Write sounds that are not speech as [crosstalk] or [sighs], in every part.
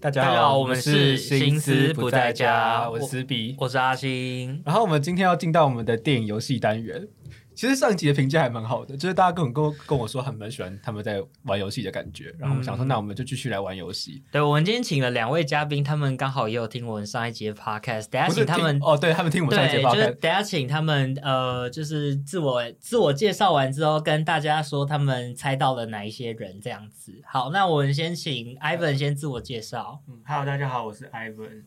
大家大家好好，我们是是心思不不在在家我我是思比。我是阿星，然后我们今天要进到我们的电影游戏单元。其实上一集的评价还蛮好的，就是大家跟我跟我跟我说很蛮喜欢他们在玩游戏的感觉，然后我们想说，嗯那我们就继续来玩游戏，对我们今天请了两位嘉宾，他们刚好也有听我们上一节 podcast，等一下不请是他听们。哦，对他们听我们上一节对，就是 podcast，等一下请他们呃，就是自我自我介绍完之后，跟大家说他们猜到了哪一些人这样子。好，那我们先请 Ivan 先自我介绍。嗯，Hello，大家好，我是 Ivan。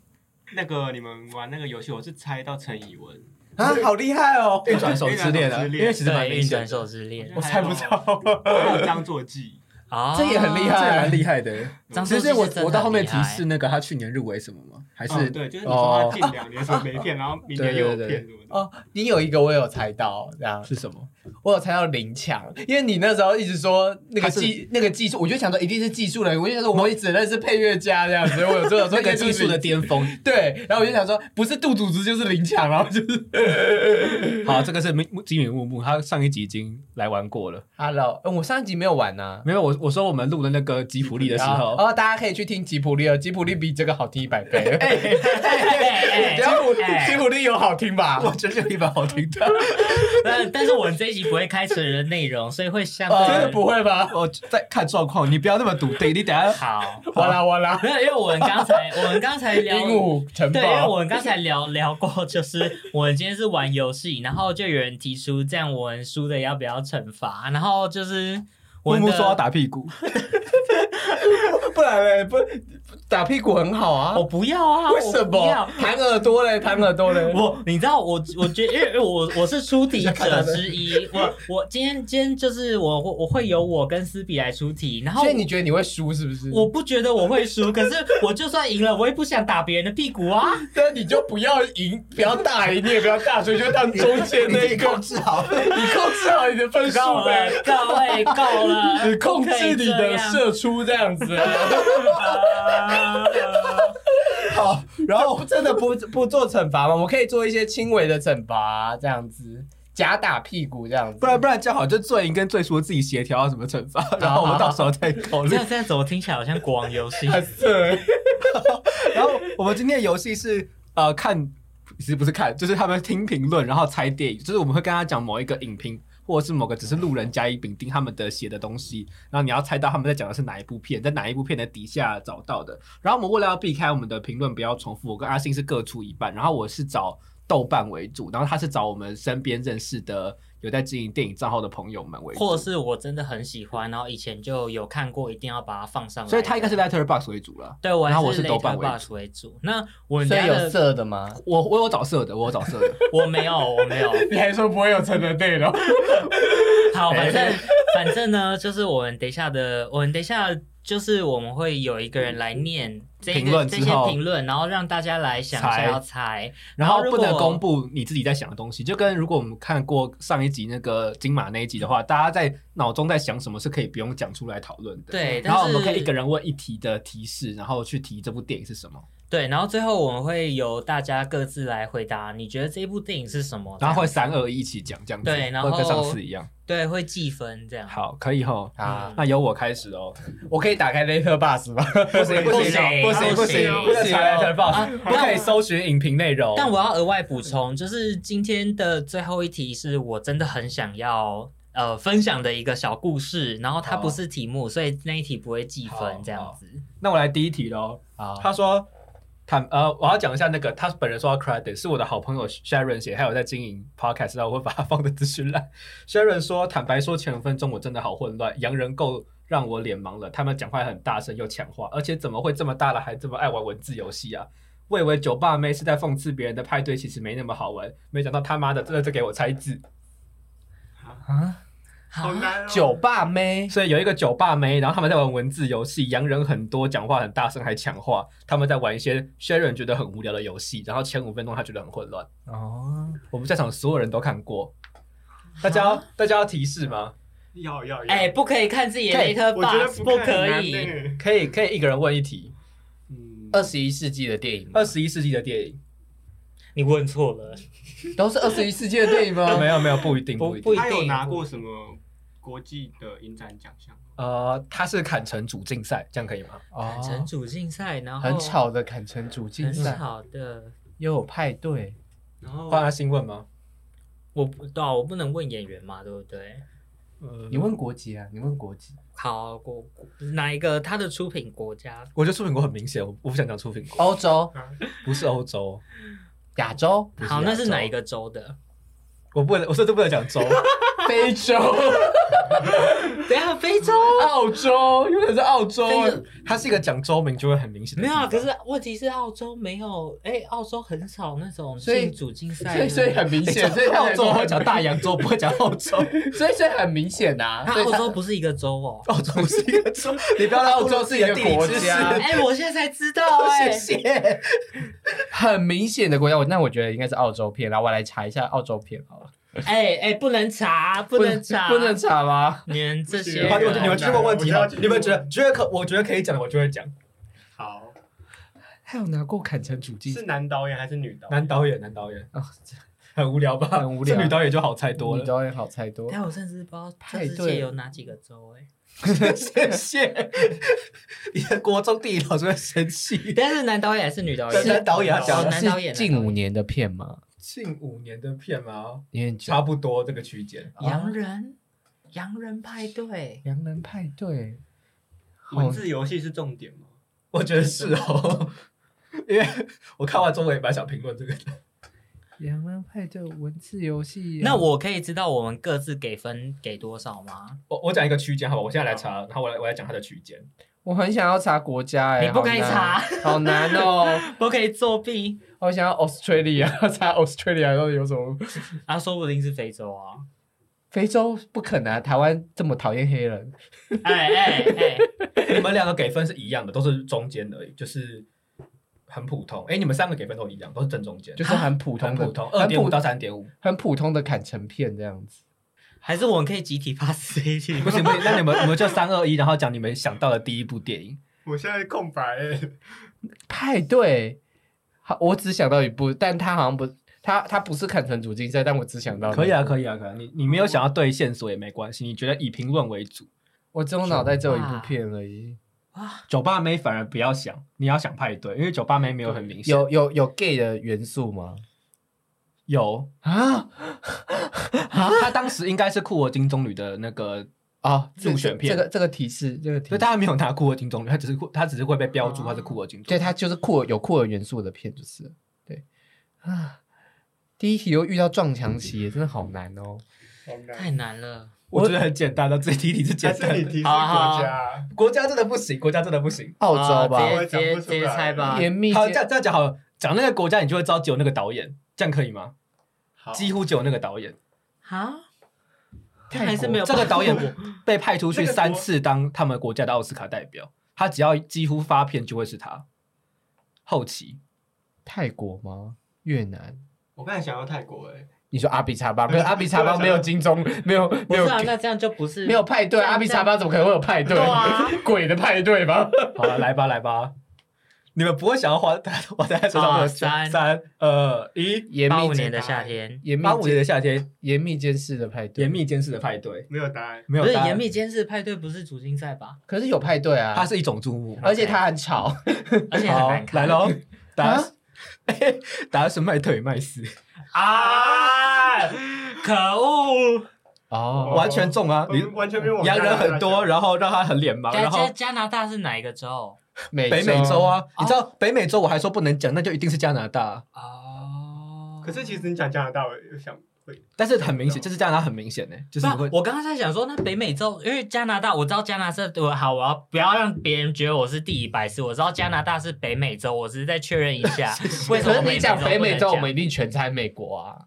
那个你们玩那个游戏，我是猜到陈以文，啊，好厉害 [laughs] 哦！运转手之恋啊，运转手之因恋为其实蛮对，明运显转的，手之恋我猜不到，还有张作骥，啊这也很厉害，蛮厉害的。张其作骥实我是真的我到后面很厉提害 [laughs] 哦示那个他去年入围什么吗？还是、哦嗯对，就是你说他近两年什么没骗，然后明年又有骗什么的。哦，你有一个我有猜到，这样是什么？我有猜到林强，因为你那时候一直说那他个是技那个技术，我就想说一定是技术人，我就想说我也只认识配乐家这 [laughs] 样子，我有这种说那个技术的巅峰。对，然后我就想说不是杜祖之就是林强，然后就是 [laughs] [laughs] 好，这个是木金鱼木木，他上一集已经来玩过了。 Hello，嗯我上一集没有玩呢、没有，我我说我们录的那个吉普力的时然后候，，哦，大家可以去听吉普力哦，吉普力比这个好听一百 [laughs] 倍。哎哎 [laughs] 吉然普哎吉普力有好听吧？ [laughs] [laughs] 我觉得有一版好听的。但但是我们这一集不会开成人内容，所以会相真对啊的不会吧？ [laughs] 我在看状况，你不要那么笃定，你等一下。好。哇啦哇啦，没有，因为我们刚才我们刚才鹦聊鹉 [laughs] 城对，因为堡。我们刚才聊聊过，就是我们今天是玩游戏，然后就有人提出这样我们输的要不要惩罚，然后就是我木们木的说要打屁股，不然嘞，不打屁股很好啊我。不要啊， [laughs] 为什我不么要？弹耳朵嘞，弹耳朵嘞。我你知道我我觉得，因为因为我我是出题者之一， [laughs] 我我今天今天就是我我我会由我跟思比来出题，然后所以你觉得你会输是不是？我不觉得我会输，可是我就算赢了，我也不想打别人的屁股 [laughs] 啊。但你就不要赢，不要大赢，你也不要大输，就当中间那一个，控制好。你控制好你的分数够了呗，，各位够了， [laughs] 你控制你不可以这的样 [laughs] 射出这样子。好，然后真的不不做惩罚吗？我可以做一些轻微的惩罚、这样子假打屁股这样子。不然不然，这样好，就最赢跟最输自己协调要怎么惩 [laughs] 罚，然后我们到时候再考虑这。样这样怎么听起来好像国王游戏？很色， [laughs] 然后我们今天的游戏是呃看，其实不是看，就是他们听评论，然后猜电影，就是我们会跟他讲某一个影评，或者是某个只是路人甲乙丙丁他们的写的东西，然后你要猜到他们在讲的是哪一部片，在哪一部片的底下找到的。然后我们为了要避开我们的评论不要重复，我跟阿星是各出一半，然后我是找豆瓣为主，然后他是找我们身边认识的有在经营电影账号的朋友们为主，或者是我真的很喜欢，然后以前就有看过，一定要把它放上来。所以他应该是 Letterbox 为主了。对我还然后我是是豆瓣为 Letterboxd 为主。那我们所家以有的色的吗？我我有找色的，我有找色的。我没有，我没有。你还说不会有成人内容？好，[laughs] 反正反正呢，就是我们等一下的，我们等一下就是我们会有一个人来念这评个论这之些后评论，然后让大家来想一下猜要猜。然然后后如不能果公布你自己在想的东西，就跟如果我们看过上一集那个金马那一集的话，大家在脑中在想什么是可以不用讲出来讨论的。。对，但然后我们是可以一个人问一题的提示，然后去提这部电影是什么，对，然后最后我们会由大家各自来回答，你觉得这部电影是什么？然后会这样三二一一起讲这样子，对然后会跟上次一样。对会计分这样。嗯好，可以吼。啊，那由我开始哦。我可以打开 Later Bus 吗？不行不行不行不不行行，不能查来啊 Letterboxd，不可哦以搜寻影评内容。但我要额外补充，就是今天的最后一题是我真的很想要呃分享的一个小故事，然后它好不是题目，所以那一题不会计好分这样子。那我来第一题喽。好，他说，坦呃，我要讲一下那个，他本人说要 credit 是我的好朋友 Sharon 写，还有在经营 podcast，然后我会把它放在资讯栏。Sharon [laughs] 说，坦白说，前五分钟我真的好混乱，洋人够让我脸盲了，他们讲话很大声又抢话，而且怎么会这么大了还这么爱玩文字游戏啊？我以为酒吧妹是在讽刺别人的派对，其实没那么好玩，没想到他妈的真的在给我猜字。好，难哦酒吧妹，所以有一个酒吧妹，然后他们在玩文字游戏，洋人很多，讲话很大声，还抢话。他们在玩一些 Sharon 觉得很无聊的游戏，然后前五分钟他觉得很混乱。哦，我们在场所有人都看过，大家要大家要提示吗？要要要！哎、不可以看自己的可以 later 哎我觉得 box，不看很可难以。呢。可以可以一个人问一题。嗯，二十一世纪的电影吗，二十一世纪的电影？你问错了，都是二十一世纪的电影吗？ [laughs] 没有没有，不一定不一不定。一嗯他有定拿过什么国际的影展奖项。呃，它是砍城主竞赛，这样可以吗？哦砍成主竞赛，然后哦很，吵的砍成主竞哦很赛，吵的。又有派对，然后换他新问吗？我不对啊，我不能问演员嘛，对不对？呃你问国籍啊？你问国籍？好，国国哪一个他的出品国家？我觉得出品国很明显，我我不想讲出品国，欧洲、不是欧洲，亚洲、不好，那是亚洲哪一？个州的？ [laughs] 我不能，我甚至不能 [laughs] 讲州。非洲、等一下，非洲。澳洲，有可能是澳洲非洲它是一个讲州名就会很明显的没地有方。啊，可是问题是澳洲没有，哎、澳洲很少那种所以进主竞赛所的，以所以很明显，所以他哎澳才洲说我会讲大洋洲，不会讲澳洲。 [laughs] 所以所以很明显呐、那所以澳他洲不是一个州 [laughs] 哦。澳洲是一个州，你不要让澳洲哦是一个哦地理国知识家哎、我现在才 [laughs] 知道哎、谢谢。很明显的国家，我那我觉得应该是澳洲片，然后我来查一下澳洲片好了。哎哎，不能查，不能查，不能查吗？你们这些好，我不觉是得你们人，继续问问题吧我知道你们觉得觉得可，我觉得可以讲的，我就会讲。好还有拿过砍成主是男导演还是女导演？男导演，男导演 [laughs] 啊，很无聊吧？很无聊这女导演就好猜多多了你。导演好猜多。但我甚至不知道这派世对界有哪几个州哎、谢谢。你的 [laughs] 国中地理老师会生气。但是男导演还是女导演？对男导演他讲哦的男导演是近五年的片吗？近五年的片嘛，有点久差。不多这个区间。洋人，洋人派对，洋人派对，哦文字游戏是重点吗？我觉得是哦， [laughs] 因为我看完中文也蛮想评论这个的。洋人派对文字游戏啊那我可以知道我们各自给分给多少吗？我我讲一个区间，好吧？我现在来查，然后我来我来讲它的区间。我很想要查国家哎、你不可以查，好难，好 [laughs] 难哦。不可以作弊我想要 Australia，查 Australia 到底有什么？啊，说不定是非洲啊！非洲不可能、啊，台湾这么讨厌黑人，哎哎哎，你们两个给分是一样的，都是中间而已，就是很普通。哎、你们三个给分都一样，都是正中间，就是很普通很的，普通，二很点五普到三点五。很普通的砍成片这样子。还是我们可以集体 pass 这一 [laughs] 题不 [laughs] 行不行，那你们我们就三二一，然后讲你们想到的第一部电影。我现在空白欸，派对，好，我只想到一部，但他好像不，他他不是砍成主竞赛，但我只想到可以啊，以，可以啊，可以啊。你你没有想要对线索也没关系，你觉得以评论为主。我只有脑袋只有一部片而已。啊！酒吧妹反而不要想，你要想派对，因为酒吧妹没有很明显。有有有 gay 的元素吗？有，啊她当时应该是酷我金棕榈的那个，哦，入选片这个这个提示，这个提就示，她还没有拿酷我金棕榈，她只是酷，她只是会被标注她是酷我金棕榈。对，它就是酷有酷儿元素的片，就是了对啊。第一题又遇到撞墙期，真的好难哦。好太难。难了。我觉得很简单的，这题题是还简是单你的。提示好啊国家？国家真的不行，国家真的不行。澳洲啊吧，直接直接直接猜吧。严密好，接这样这样讲好了，讲那个国家，你就会知道只有那个导演，这样可以吗？好几乎只有那个导演。啊，泰他还是国没有这个导演办法被派出去三次当他们国家的奥斯卡代表，他只要几乎发片就会是他。后期泰国吗？越南？我刚才想要泰国哎，你说阿比查巴？没有阿比查 [laughs] 巴，没有金钟，没有不没是有啊，那这样就不是没有派对，这样阿比查巴怎么可能会有派对？对啊 [laughs] 鬼的派对吧？好了，来吧，来吧，你们不会想要花花在他身上好的三三二一。严八密五年监的夏天，严密八五年监的夏天，严密监视的派对，严密监视的派对，没有答案。没有不是答案严，密监视派对，不是主竞赛 [laughs] 吧？可是有派对啊，它是一种注目。而且他很吵，而且很好难，看来 [laughs] 喽，答案 [laughs] 啊是，答案是麦特与麦斯，啊！ [laughs] 可恶，哦完全中啊！我你们完全没有往洋加拿人大很多，想，然后让他很脸盲，加然后加加拿大是哪一个州？美北美洲啊，哦你知道北美洲我还说不能讲，那就一定是加拿大啊。哦，可是其实你讲加拿大，我又想会但是很明哦显，就是加拿大很明显呢，欸就是不会是，我刚刚在想说，那北美洲，因为加拿大，我知道加拿大是，我好，我要不要让别人觉得我是地理白痴？我知道加拿大是北美洲，我只是再确认一 [laughs] 下，为什可么是你讲北美洲，不我能们一定全猜美国啊。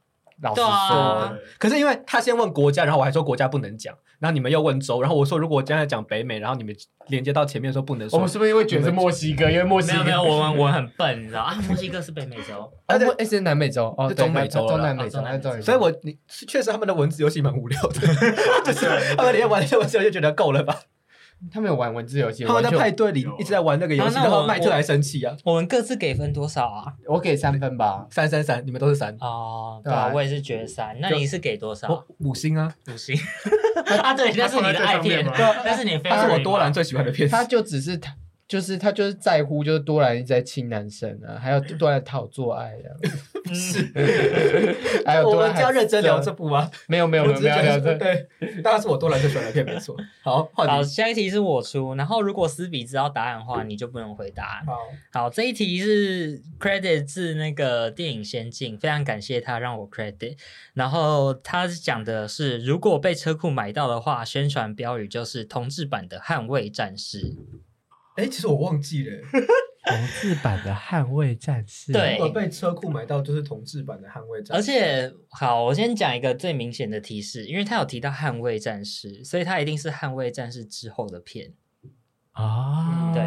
老实对啊说，对可是因为他先问国家，然后我还说国家不能讲，然后你们又问州，然后我说如果我现在讲北美，然后你们连接到前面说不能我说们，是不是会觉得是墨西哥？因为墨西没哥有没有，我们我很笨，你知道啊？墨西哥是北美洲，啊，而且不哎是南美洲哦，是对中美洲了中南美哦洲，中南那美洲中南美洲所以我你 [laughs] 确实他们的文字游戏蛮无聊的，就是他们连玩这游戏就觉得够了吧？他们有玩文字游戏，他们完在全派对里有一直在玩那个游戏，啊那然后我麦特还生气啊，我们各自给分多少啊？我给三分吧。三三三，你们都是三，哦，对对啊啊，我也是觉得三。那就你是给多少我？五星啊，五星 [laughs] 啊？对，那是你的爱片，他放在最上面吗那是你 [laughs] 的 favorite 他是我多兰嘛最喜欢的片子他。就只是他，就是他就是在乎，就是多兰一直在亲男生啊，还有多兰讨做爱的，嗯还有我多兰们还要认真聊色这部吗？没有没有没我有只没是有觉聊得这，对，当然是我多兰最喜欢的片，没错。好，换好，你。下一题是我出，然后如果思比知道答案的话，你就不能回答。好，好，这一题是 credit 自那个电影《仙境》，非常感谢他让我 credit。然后他讲的是，如果被车库买到的话，宣传标语就是同志版的《捍卫战士》。哎，其实我忘记了，同志版的捍卫战士对如果被车库买到，就是同志版的捍卫战士。而且，好，我先讲一个最明显的提示，因为他有提到《捍卫战士》，所以他一定是《捍卫战士》之后的片，啊对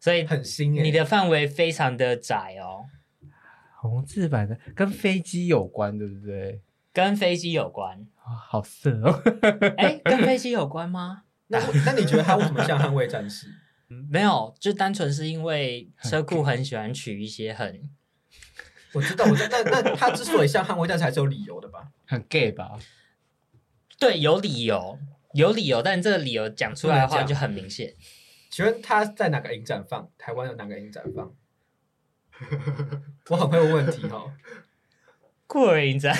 所以很新哎，你的范围非常的窄哦，同志版的跟飞机有关，对不对？跟飞机有关。啊，好色哦！ [laughs] 哎，跟飞机有关吗？那那你觉得他为什么像捍卫战士？没有，就单纯是因为车库很喜欢取一些 [laughs] 很我知道，我知道，那那他之所以像捍卫战士，还是有理由的吧？很 gay 吧？对有理由，有理由，但这个理由讲出来的不话能讲就很明显。请问他在哪个影展放？台湾有哪个影展放？我很会问问题哦。过了一站，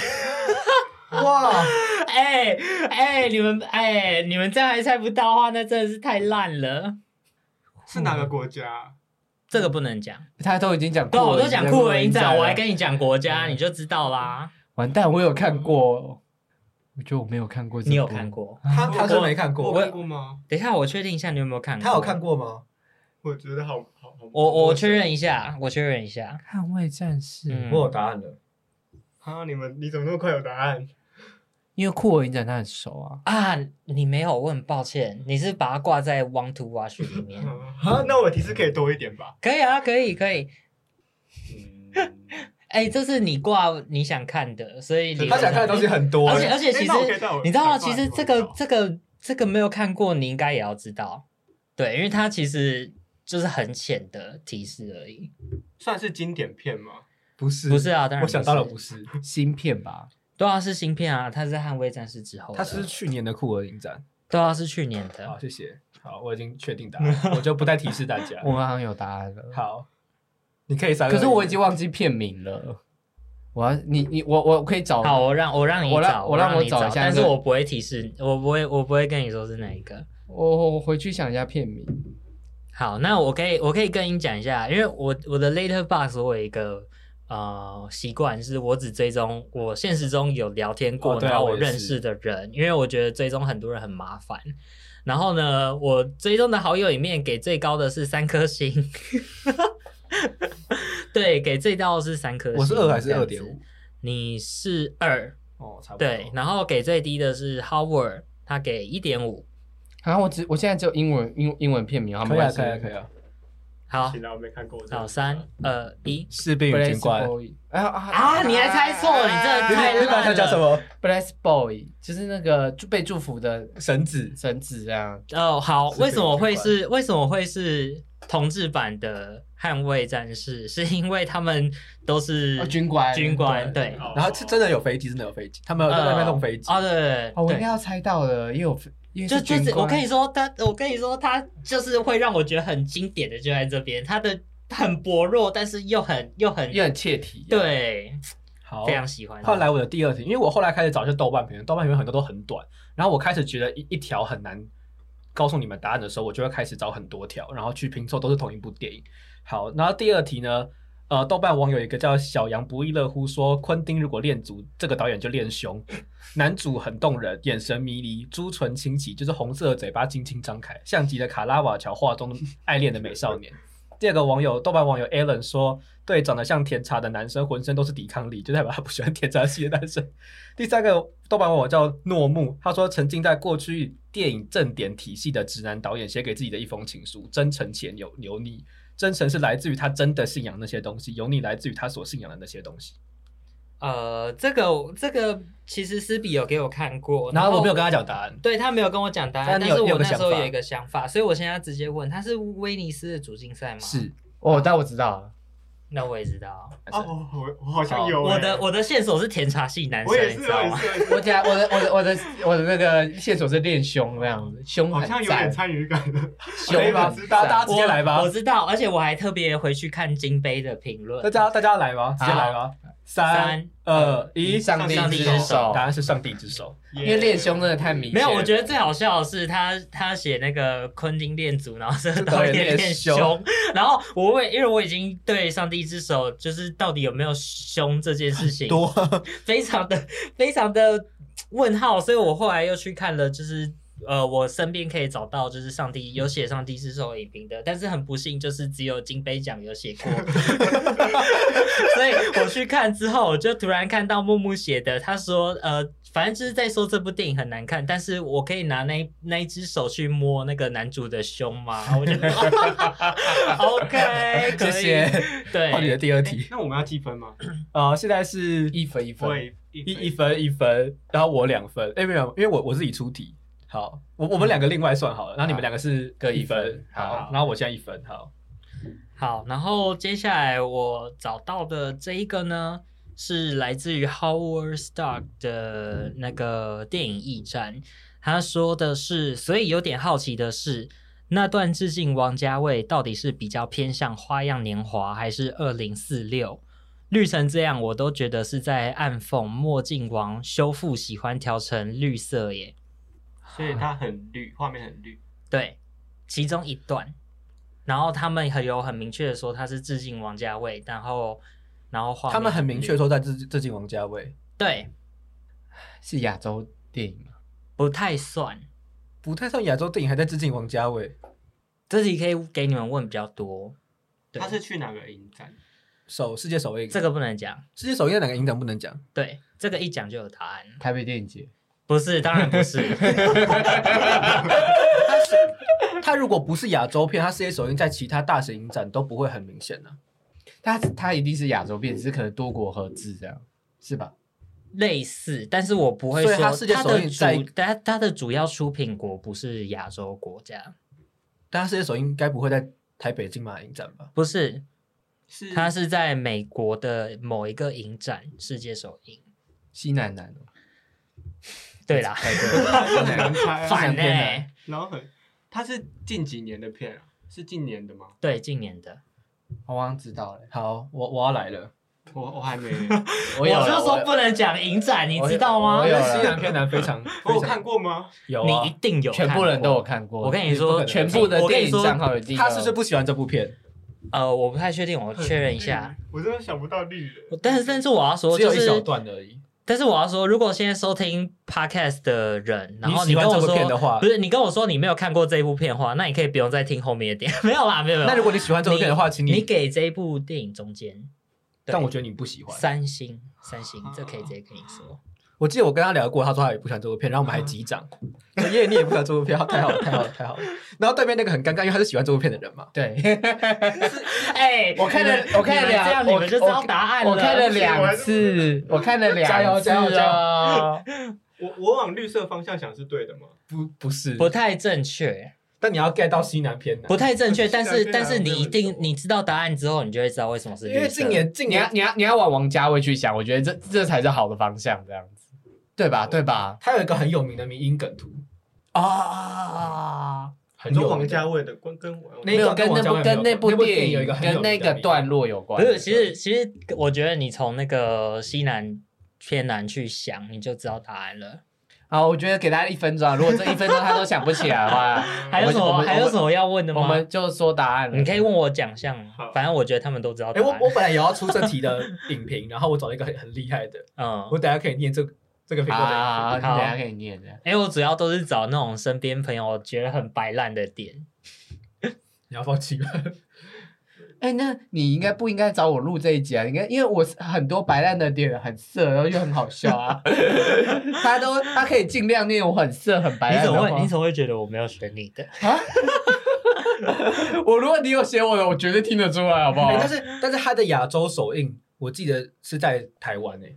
哇， [laughs] 哎哎，你们哎，你们这样还猜不到的话，那真的是太烂了。是哪个国家？这个不能讲，他都已经讲对过啊，了，我都讲库尔影展，我还你跟你讲国家，你就知道啦。完蛋，我有看过，我觉得我没有看过，嗯你有看？过？他他是没看我过，看过吗？等一下，我确定一下你有没有看过。他有看。过吗？我觉得好好好。我我确认一下，我确认一下。捍卫战士，嗯我有答案了。啊！你们你怎么那么快有答案？因为酷儿影展他很熟啊。啊，你没有，我很抱歉，你是把它挂在 Want to Watch 里面。嗯啊，那我提示可以多一点吧？可以啊，可以，可以。嗯哎、这是你挂你想看的，所以你他想看的东西很多，欸而且而且其哎实、那我可以带我你知道吗？啊带我其实爸这爸个去这个这个没有看过，你应该也要知道，对，因为它其实就是很浅的提示而已。算是经典片吗？不是不是啊当然我想到了不是不是，芯片吧？对啊，是新片啊，它是《捍卫战士》之后的，他是去年的酷儿影展。对啊，是去年的哦好，。谢谢。好，我已经确 [laughs] 定答案，我就不再提示大家我。们好像有答案了，好，你可以三。可是我已经忘记片名了。我要你你我我可以找好，哦我让我让你我让找，我让我你找一下但那是个我不会提示，我不会，我不会跟你说是哪一个。我我回去想一下片名。好，那我可以我可以跟你讲一下，因为我我的 Later Box 我有一个呃习惯，是我只追踪我现实中有聊天过、哦对啊然后我我也认是识的人，因为我觉得追踪很多人很麻烦。然后呢，我追踪的好友里面给最高的是三颗星， [laughs] 对，给最高的是三颗星，我是二还是这样二子点五？？你是二，哦，差不多。对，然后给最低的是 Howard，他给一点五。好啊像我只我现在只有英文英英文片名，好可以啊，吗？可以啊，可以啊。好，行了，我没看过。好，三二一。士兵与军 Bless 官， Boy，哎呀啊啊！你还猜错，了，你这太你把烂它了。叫什？么？ Bless Boy 就是那个祝被祝福的绳子。神子啊，哦，好，是非为什么常会奇怪是为什么会是同志版的捍卫战士？是因为他们都是哦军官军官对，哦然后是真的有飞机，真的有飞机，他们有在那边弄飞机呃。哦，对对哦，我应对该对。要猜到了，因为我因为就是就军是官，我跟你说，他我跟你说，他就是会让我觉得很经典的就在这边，他的很薄弱，但是又很又很也很切题，，啊对，好非常喜欢。换哦来我的第二题，因为我后来开始找一些豆瓣评论，豆瓣评论很多都很短，然后我开始觉得一一条很难告诉你们答案的时候，我就会开始找很多条，然后去拼凑都是同一部电影。好，然后第二题呢，呃，豆瓣网友有一个叫小羊不亦乐乎说，昆汀如果恋足，这个导演就恋胸，男主很动人，眼神迷离，朱唇轻启，就是红色的嘴巴轻轻张开，像极了卡拉瓦乔画中爱恋的美少年。 [laughs] 第二个网友，豆瓣网友 Alan 说，对长得像甜茶的男生浑身都是抵抗力，就代表他不喜欢甜茶系的男生。第三个豆瓣网友叫诺木，他说沉浸在过去电影正点体系的直男导演写给自己的一封情书，真诚且油油腻。真诚是来自于他真的信仰那些东西，油腻来自于他所信仰的那些东西。呃，这个这个其实思比有给我看过，然后我没有跟他讲答案，对他没有跟我讲答案，但你但有是你我有个那时想候法有一个想法，所以我现在直接问他是威尼斯的主竞赛吗？，是哦，但我知道了，那我也知道，哦，我我我好像有欸，我的我的线索是甜茶系男我生，也你是，知我道也吗？是我也是，我讲我的我的我的我的那个线索是练胸那样子，胸好很像有点赞，参与感了。 [laughs] 胸可以吧很赞大家大家直接来吧啊我知道，而且我还特别回去看金杯的评论大。家大家来吧，直接好来吧，三三，二一，上上帝帝之之手手答，案是上帝之手，因为练胸真的太明显了。没有，我觉得最好笑的是他他写那个昆汀恋足，然后是导导演演练练胸胸，然后我为因为我已经对上帝之手就是到底有没有胸这件事情多非常的非常的问号，所以我后来又去看了，就是呃，我身边可以找到就是上帝有写上帝之手影评的，但是很不幸就是只有金杯奖有写过， [laughs] 所以我去看之后，我就突然看到木木写的，他说呃。反正就是在说这部电影很难看，但是我可以拿那一那一只手去摸那个男主的胸吗？我就 [laughs] OK，[laughs] 可谢以，谢。对，换你的第二题诶，那我们要积分吗？呃，现在是一分一分，会一一一分分一分，然后我两分，哎、没有，因为我我自己出题。好，我我们两个另外算好了，然后你们两个是各一嗯好分，好好，然后我现在一分，好，好，然后接下来我找到的这一个呢，是来自于 Howard Stark 的那个电影驿站，他说的是，所以有点好奇的是，那段致敬王家卫到底是比较偏向《花样年华》还是《二零四六》？绿成这样，我都觉得是在暗讽墨镜王修复喜欢调成绿色耶。所以它很绿，画面很绿。对，其中一段，然后他们很有很明确的说他是致敬王家卫，然后然后画面他们很明确绿说在致致敬王家卫，对，是亚洲电影吗？不太算，不太算亚洲电影，还在致敬王家卫，这题可以给你们问比较多，对它是去哪个影展？首世界首映，这个不能讲，世界首映哪个影展不能讲？对，这个一讲就有答案，台北电影节。不是，当然不是， [laughs] 它如果不是亚洲片，它世界首映在其他大型影展都不会很明显的、啊它它一定是亚洲片，只是可能多国合制这样，是吧？类似，但是我不会所说以它世界它首的映在主，它它的主要出品国不是亚洲国家，但它世界首映应该不会在台北金马影展吧？不是，是 [laughs] 它是在美国的某一个影展世界首映，西南南哦，[laughs] 对啦，哎 [laughs] 欸很难猜啊，反呢、片啊 [laughs] 然后很，它是近几年的片啊，是近年的吗？对，近年的。我好像知道了。好，我我要来了，我我还没，哦我我有了就说我不能讲影展，你知道吗我？有因了为西南片南非常，我有非常看过吗？有啊你一，定有， [laughs] 全部人都有。看过。我跟你你不可说，能全部的我跟电你影说，账号有进。他是不是不喜欢这部片？呃，我不太确定，我确认一下。我真的想不到绿人。但是，但是我要说，只有就一小是，段而已。但是我要说，如果现在收听 podcast 的人，然后你喜跟欢我这部说片的话不是你跟我说你没有看过这部片的话，那你可以不用再听后面的点。 [laughs] 没有啦，没有没那有。如果你喜欢这部片的话，请啊你你，给这部电影中间但我觉得你不喜欢。三星，三星，这可以直接跟你说。我记得我跟他聊过，他说他也不喜欢这部片，然后我们啊还击掌，说耶，你也不喜欢这部片，太好了，太好了，太好了。然后对面那个很尴尬，因为他是喜欢这部片的人嘛。对？哎，我看了你们我看了你们这样，两你们就知我道答案了。 [laughs] 我看了两次，我看了两次。加油加油油！我我往绿色方向想是对的吗？不，不是，不太正确。但你要 get 到西南偏南，不太正确，但是对啊但是你一没有定错你知道答案之后，你就会知道为什么是绿因为色近年近你要年你要你要往王家卫去想，我觉得这这才是好的方向，这样子，对吧？对吧？他有一个很有名的迷因梗图，啊，很你有说名王家卫的跟跟王那没有个跟跟王家部卫跟没有部关那部电电影有一个很有名跟那的个名段落有关不的。是，其实其实我觉得你从那个西南偏南去想，你就知道答案了。好，我觉得给大家一分钟啊，如果这一分钟他都想不起来的话， [laughs] 还有什我么们还有什？么要问的我们我吗？们就说答案了。你可以问我奖项好，反正我觉得他们都知道哎，答我案。我本来也要出这题的影评，然后我找了一个很很厉害的，我嗯，等下可以念这个这个评论的影评。啊，你好等一下可以念的。哎，我主要都是找那种身边朋友觉得很白烂的点。你要放弃吗？哎，那你应该不应该找我录这一集啊？应该因为我很多白烂的点很色，然后又很好 [laughs] 笑啊。他都他可以尽量念我很色很白你烂怎的么话。会你怎么会觉得我没有选你的？啊 [laughs] 我如果你有写我的，我绝对听得出来，好不好哎？但是但是他的亚洲首映，我记得是在台湾诶，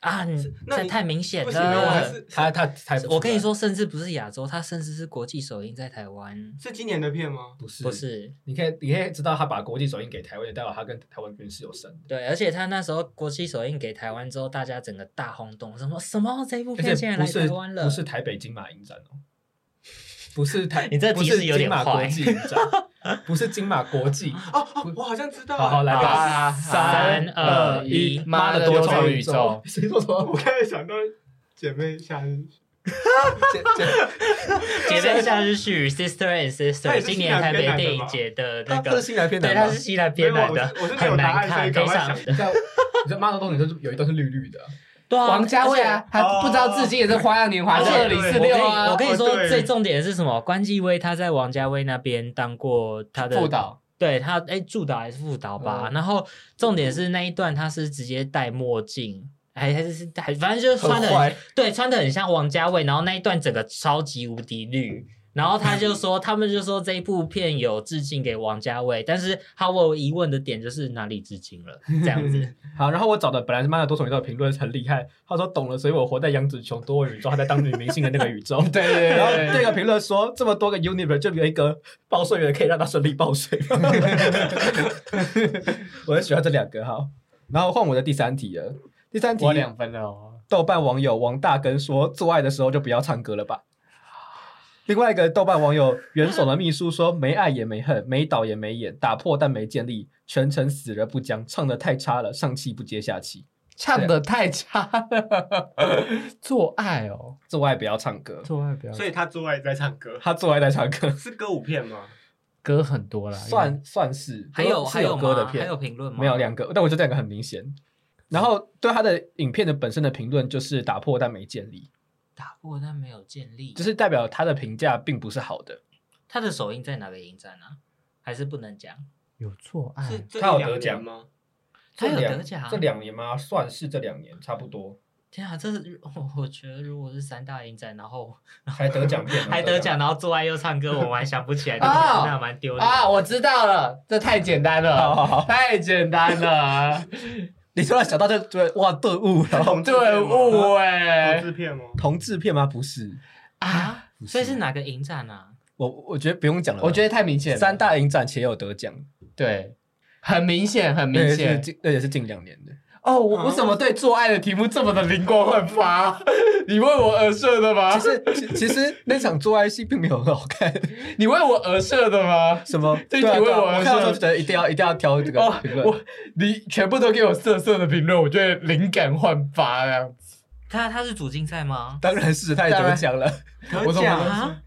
啊，你那这你太明显不行啊我还了。是他他才不出来我跟你，说，甚至不是亚洲，它甚至是国际首映在台湾，是今年的片吗？不是不，是？你可以你可以知道他把国际首映给台湾，也代表他跟台湾军是有深的。对，而且他那时候国际首映给台湾之后，大家整个大轰动，什么什么这一部而片竟且然不来是台湾了不，是台北金马影展哦，不是台， [laughs] 你这不提是示有金点马坏国际影展， [laughs] 不是金马国际。哦哦，我好像知道了。好好来吧，啊三二一妈的多重宇宙，谁说什么我？刚才想到姐妹夏日，姐姐 [laughs] 姐妹夏日序 Sister and 它 Sister，也是今西年南台偏北南的电影吗节的那他他是个，新来片对，男它吗是？西南偏南没有的我是我是，没有很答难案所以看，赶非快常想你知道，你知道妈的东西就是有一段是绿绿的，对啊王家卫而且哦啊，他不知道自己也是《花样年华》而且二零四我跟六你啊我，跟你哦说，对最重点的是什么？关继威他在王家卫那边当过他的副，导。对他哎助导还是副导吧。嗯然后重点是那一段他是直接戴墨镜，还还是是还反正就是穿的很坏对穿的很像王家卫，然后那一段整个超级无敌绿。然后他就说，他们就说这一部片有致敬给王家卫，但是他我疑问的点就是哪里致敬了这样子。 [laughs] 好，然后我找的本来是妈的多重宇宙的评论很厉害，他说懂了，所以我活在杨紫琼多位宇宙，他在当女明星的那个宇 [laughs] 宙。对对对然后对那个评论说，这么多个 universe 就有一个报税员可以让他顺利报税。 [laughs] 我很喜欢这两个哈。然后换我的第三题了，第三题我，两分了哦。豆瓣网友王大根说，做爱的时候就不要唱歌了吧。另外一个豆瓣网友元首的秘书说，没爱也没恨，没导也没演，打破但没建立，全程死而不僵，唱的太差了，上气不接下气。唱的太差了， [laughs] 做爱哦，做爱不要唱歌，做爱不要所以他做爱在唱歌，他做爱在唱 [laughs] 歌，是歌舞片吗？歌很多啦，因为算算是还有是还有吗歌的还片有，评论吗？没有两个，但我觉得这两个很明显。然后对他的影片的本身的评论就是打破但没建立，打破，但没有建立。就是代表他的评价并不是好的。他的首映在哪个影展呢、啊？还是不能讲？有做爱是这他有一两得奖年吗？他有这两得奖啊这两年吗？算是这两年差不多，天啊，这是 [laughs] 我我觉得如果是三大影展，然后还得奖片啊还得奖，。然后做爱又唱歌，我还想不起来，哦那蛮丢脸。啊！我知道了，这太简单好好了，好，太简单了，你突然想到这，对，哇，顿悟是 [laughs] 了。同志对片吗误同哎志片吗？同志片吗？不是，啊！不所以是哪个影展啊？我我觉得不用讲了。我觉得得太明显了，三大影展且有得奖，对，很明显，很明那也是嗯显。近那也是近两年的。哦，我啊我怎么对做爱的题目这么的灵光焕发？啊 [laughs] 你为我而设的吗其？实其其实那场做爱戏并没有很好看，你为我而设的吗？什么这对啊题为对啊我我而看到的时候设就觉得一定要一定要挑这个哦评，论。我你全部都给我色色的评论，我觉得灵感焕发呀。他他是主竞赛吗？当然是他也当得然奖了，得我懂奖我懂啊，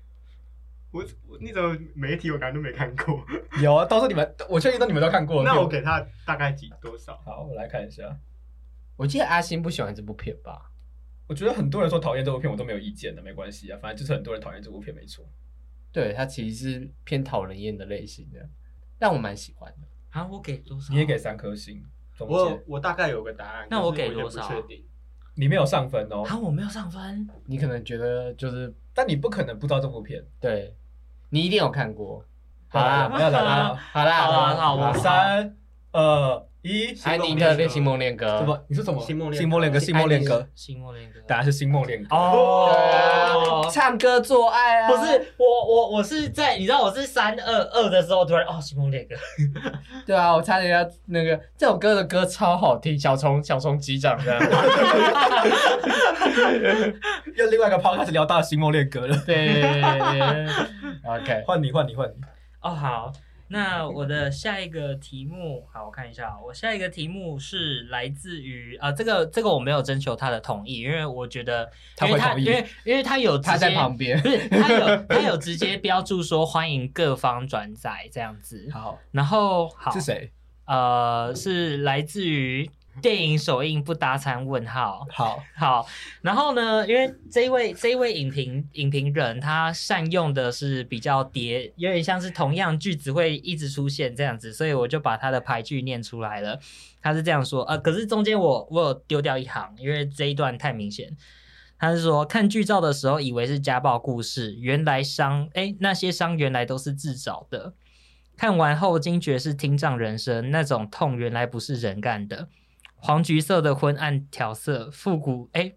我啊我你怎么每一题我难都没看过？ [laughs] 有啊，到时候你们我确定都你们都看过。那我对给他大概几多少？好，我来看一下。我记得阿星不喜欢这部片吧？我觉得很多人说讨厌这部片，我都没有意见的，没关系啊，反正就是很多人讨厌这部片，没错。对他其实是偏讨人厌的类型的，但我蛮喜欢的。啊，我给多少？你也给？三颗星，中我间我大概有个答案，那我可是给有点多少不确定。你没有上分哦，啊，我没有上分。你可能觉得就是但你不可能不知道这部片。对，你一定有看过。好要来啦，了，要来了，好啦，好啊啦好啦三二一，安妮特跟星梦恋歌，什么？你说什么？星梦恋歌哎星梦恋歌，星梦恋歌，新莫恋歌。答案是星梦恋歌。哦，唱歌做爱啊，不是我我我是在你知道我是三二二的时候，突然哦，新梦恋歌。对啊，我差点要那个这首歌的歌超好听，小虫小虫击掌这样。 [laughs] 又另外一个 podcast 聊到星梦恋歌 [laughs] 了。对，OK，换你，换你，换你。哦，好，嗯那我的下一个题目，好，我看一下哦，我下一个题目是来自于啊、这个这个我没有征求他的同意，因为我觉得，他因为会同意因为因为他有直他在接旁边不 [laughs] 是他有他有直接标注说欢迎各方转载这样子，好，然后好是谁？呃，是来自于电影首映不搭餐问号，好，好，然后呢，因为这一位这一位影评影评人，他善用的是比较叠，有点像是同样句子会一直出现这样子，所以我就把他的排句念出来了。他是这样说，呃，可是中间我我有丢掉一行，因为这一段太明显。他是说，看剧照的时候以为是家暴故事，原来伤，哎，那些伤原来都是自找的。看完后惊觉是听障人生，那种痛原来不是人干的。黄橘色的昏暗调色，复古哎，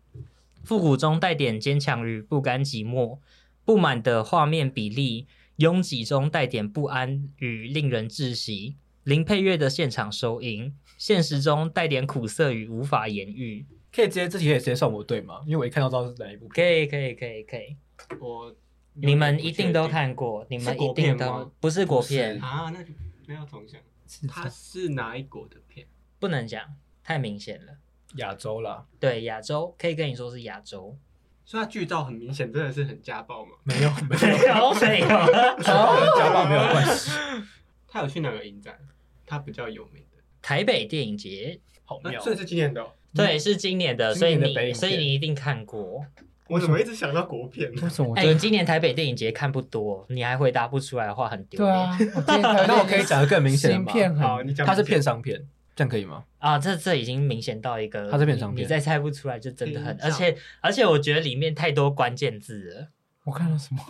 复古中带点坚强与不甘寂寞，不满的画面比例，拥挤中带点不安与令人窒息。林配乐的现场收音，现实中带点苦涩与无法言喻。可以直接这题可以直接算我对吗？因为我一看到知道是哪一部可片。以，可以，可以，可以。我你们一定都看过，你们一定是国片都吗不是国片，啊，那就那要重讲，它是哪一国的片？不能讲，太明显了。亚洲啦，对，亚洲可以跟你说是亚洲，所以它剧照很明显，真的是很家暴嘛。没有没没有没有。家暴没有关系， [laughs] 他有去哪个影展？他比较有名的， [laughs] 台北电影节，好那妙。所以是今年的哦。对，是今年的，所以今年的北你影所以节你一定看过。我怎么一直想到国片呢为？什么我哎、真今年台北电影节看不多，你还回答不出来的话，很丢对脸啊？我今天才 [laughs] 那我可以讲个更明显的芯吗？片好，很你讲它是片商片，这样可以吗？啊这这已经明显到一个，它这边你长片你再猜不出来就真的很，嗯而且而且我觉得里面太多关键字了。我看到什么？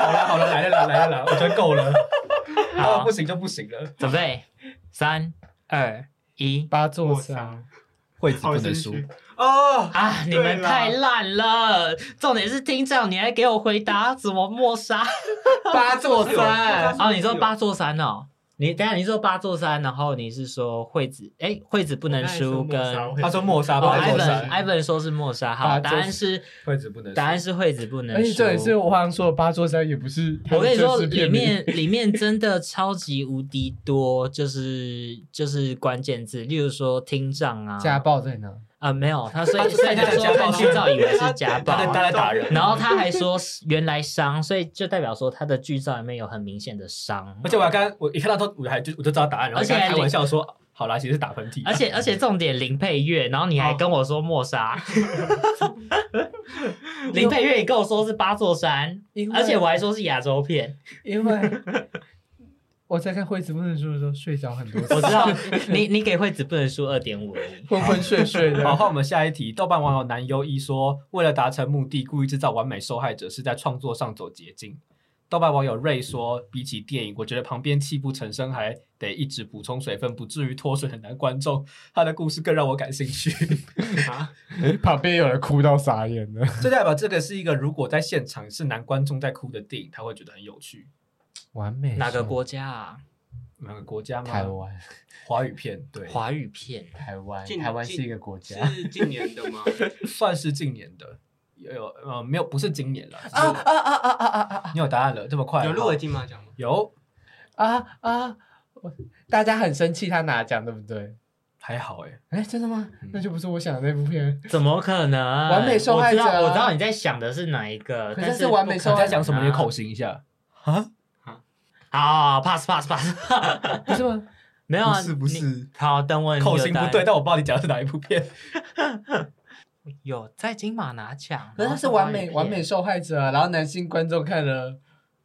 好了好了，来了来了来了，我觉得够 [laughs] 了。好啊，不行就不行了，准备，三二一八座我山操，惠子好不心能输。虚哦。啊！你们对啦太烂了，重点是听众，你还给我回答怎么默杀？八座山，哦，你说八座山哦。你等一下，你说八座山，然后你是说惠子，哎，惠子不能输跟哦他说莫莎，不能莫莎， ，Ivan，Ivan 说是默杀，八好，座答山哎案是惠子不能输。答案是惠子不能输。而且这也是我好像说的八座山，也不是。我跟你说，它就是里片名面里面真的超级无敌多，就是就是关键字，例如说听障啊， [laughs] 家暴在哪？啊没有，他所以他所以他他在说家暴看剧照以为是家暴他，在他在打 [laughs] 人，然后他还说原来伤，所以就代表说他的剧照里面有很明显的伤而，且我还刚我一看到都我还就我就知道答案，然后而且跟他还开玩笑说，好啦，其实是打喷嚏。而且而且重点林配乐，然后你还跟我说莫 [laughs] 莎，林配乐你跟我说是八座山，因为而且我还说是亚洲片，因为 [laughs] 我在看《惠子不能输》的时候睡着很多次，我知 [laughs] 道你你给惠子不能输二点五而已。昏昏睡睡 [laughs] 好，的。换我们下一题。豆瓣网友男优一说，为了达成目的，故意制造完美受害者是在创作上走捷径。豆瓣网友瑞说，比起电影，我觉得旁边泣不成声，还得一直补充水分，不至于脱水很难观众。他的故事更让我感兴趣， [laughs] 啊，旁边有人哭到傻眼了。这代表这个是一个如果在现场是男观众在哭的电影，他会觉得很有趣。完美哪个？国家啊？哪个国家吗？台湾，华语片，对，华语片台湾，近台湾是一个国家。是今年的 [laughs] 吗？算是近年的，有呃没有不是今年了。啊啊啊啊啊啊啊你有答案了，这么快？有入围好金马奖吗？有啊啊！我大家很生气他拿奖，对不对？还好哎，哎，真的吗嗯？那就不是我想的那部片。 [laughs] 怎么可能？完美受害者啊我知道，我知道你在想的是哪一个，可是但是完美受你害在者讲什么？你口水。型一下。好，pass pass pass，不是吗？ [laughs] 没有啊，不是不是哦你？好，等我口型不对，，但我不知道你讲的是哪一部片。你有答有在金马拿奖，可是他是完美完美受害者啊，然后男性观众看了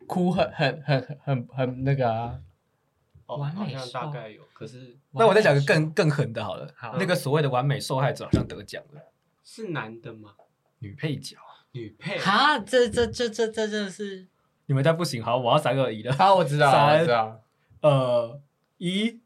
哭很很很很很那个啊，哦，完好美像兽大概有，可是那我再讲个更更狠的好了，好那个所谓的完美受害者好像得奖了，是男的吗？女配角。女配？哈，这这这这这真的是你们再不行，好，我要三二一了。好，我知道了，三我知道了，呃，一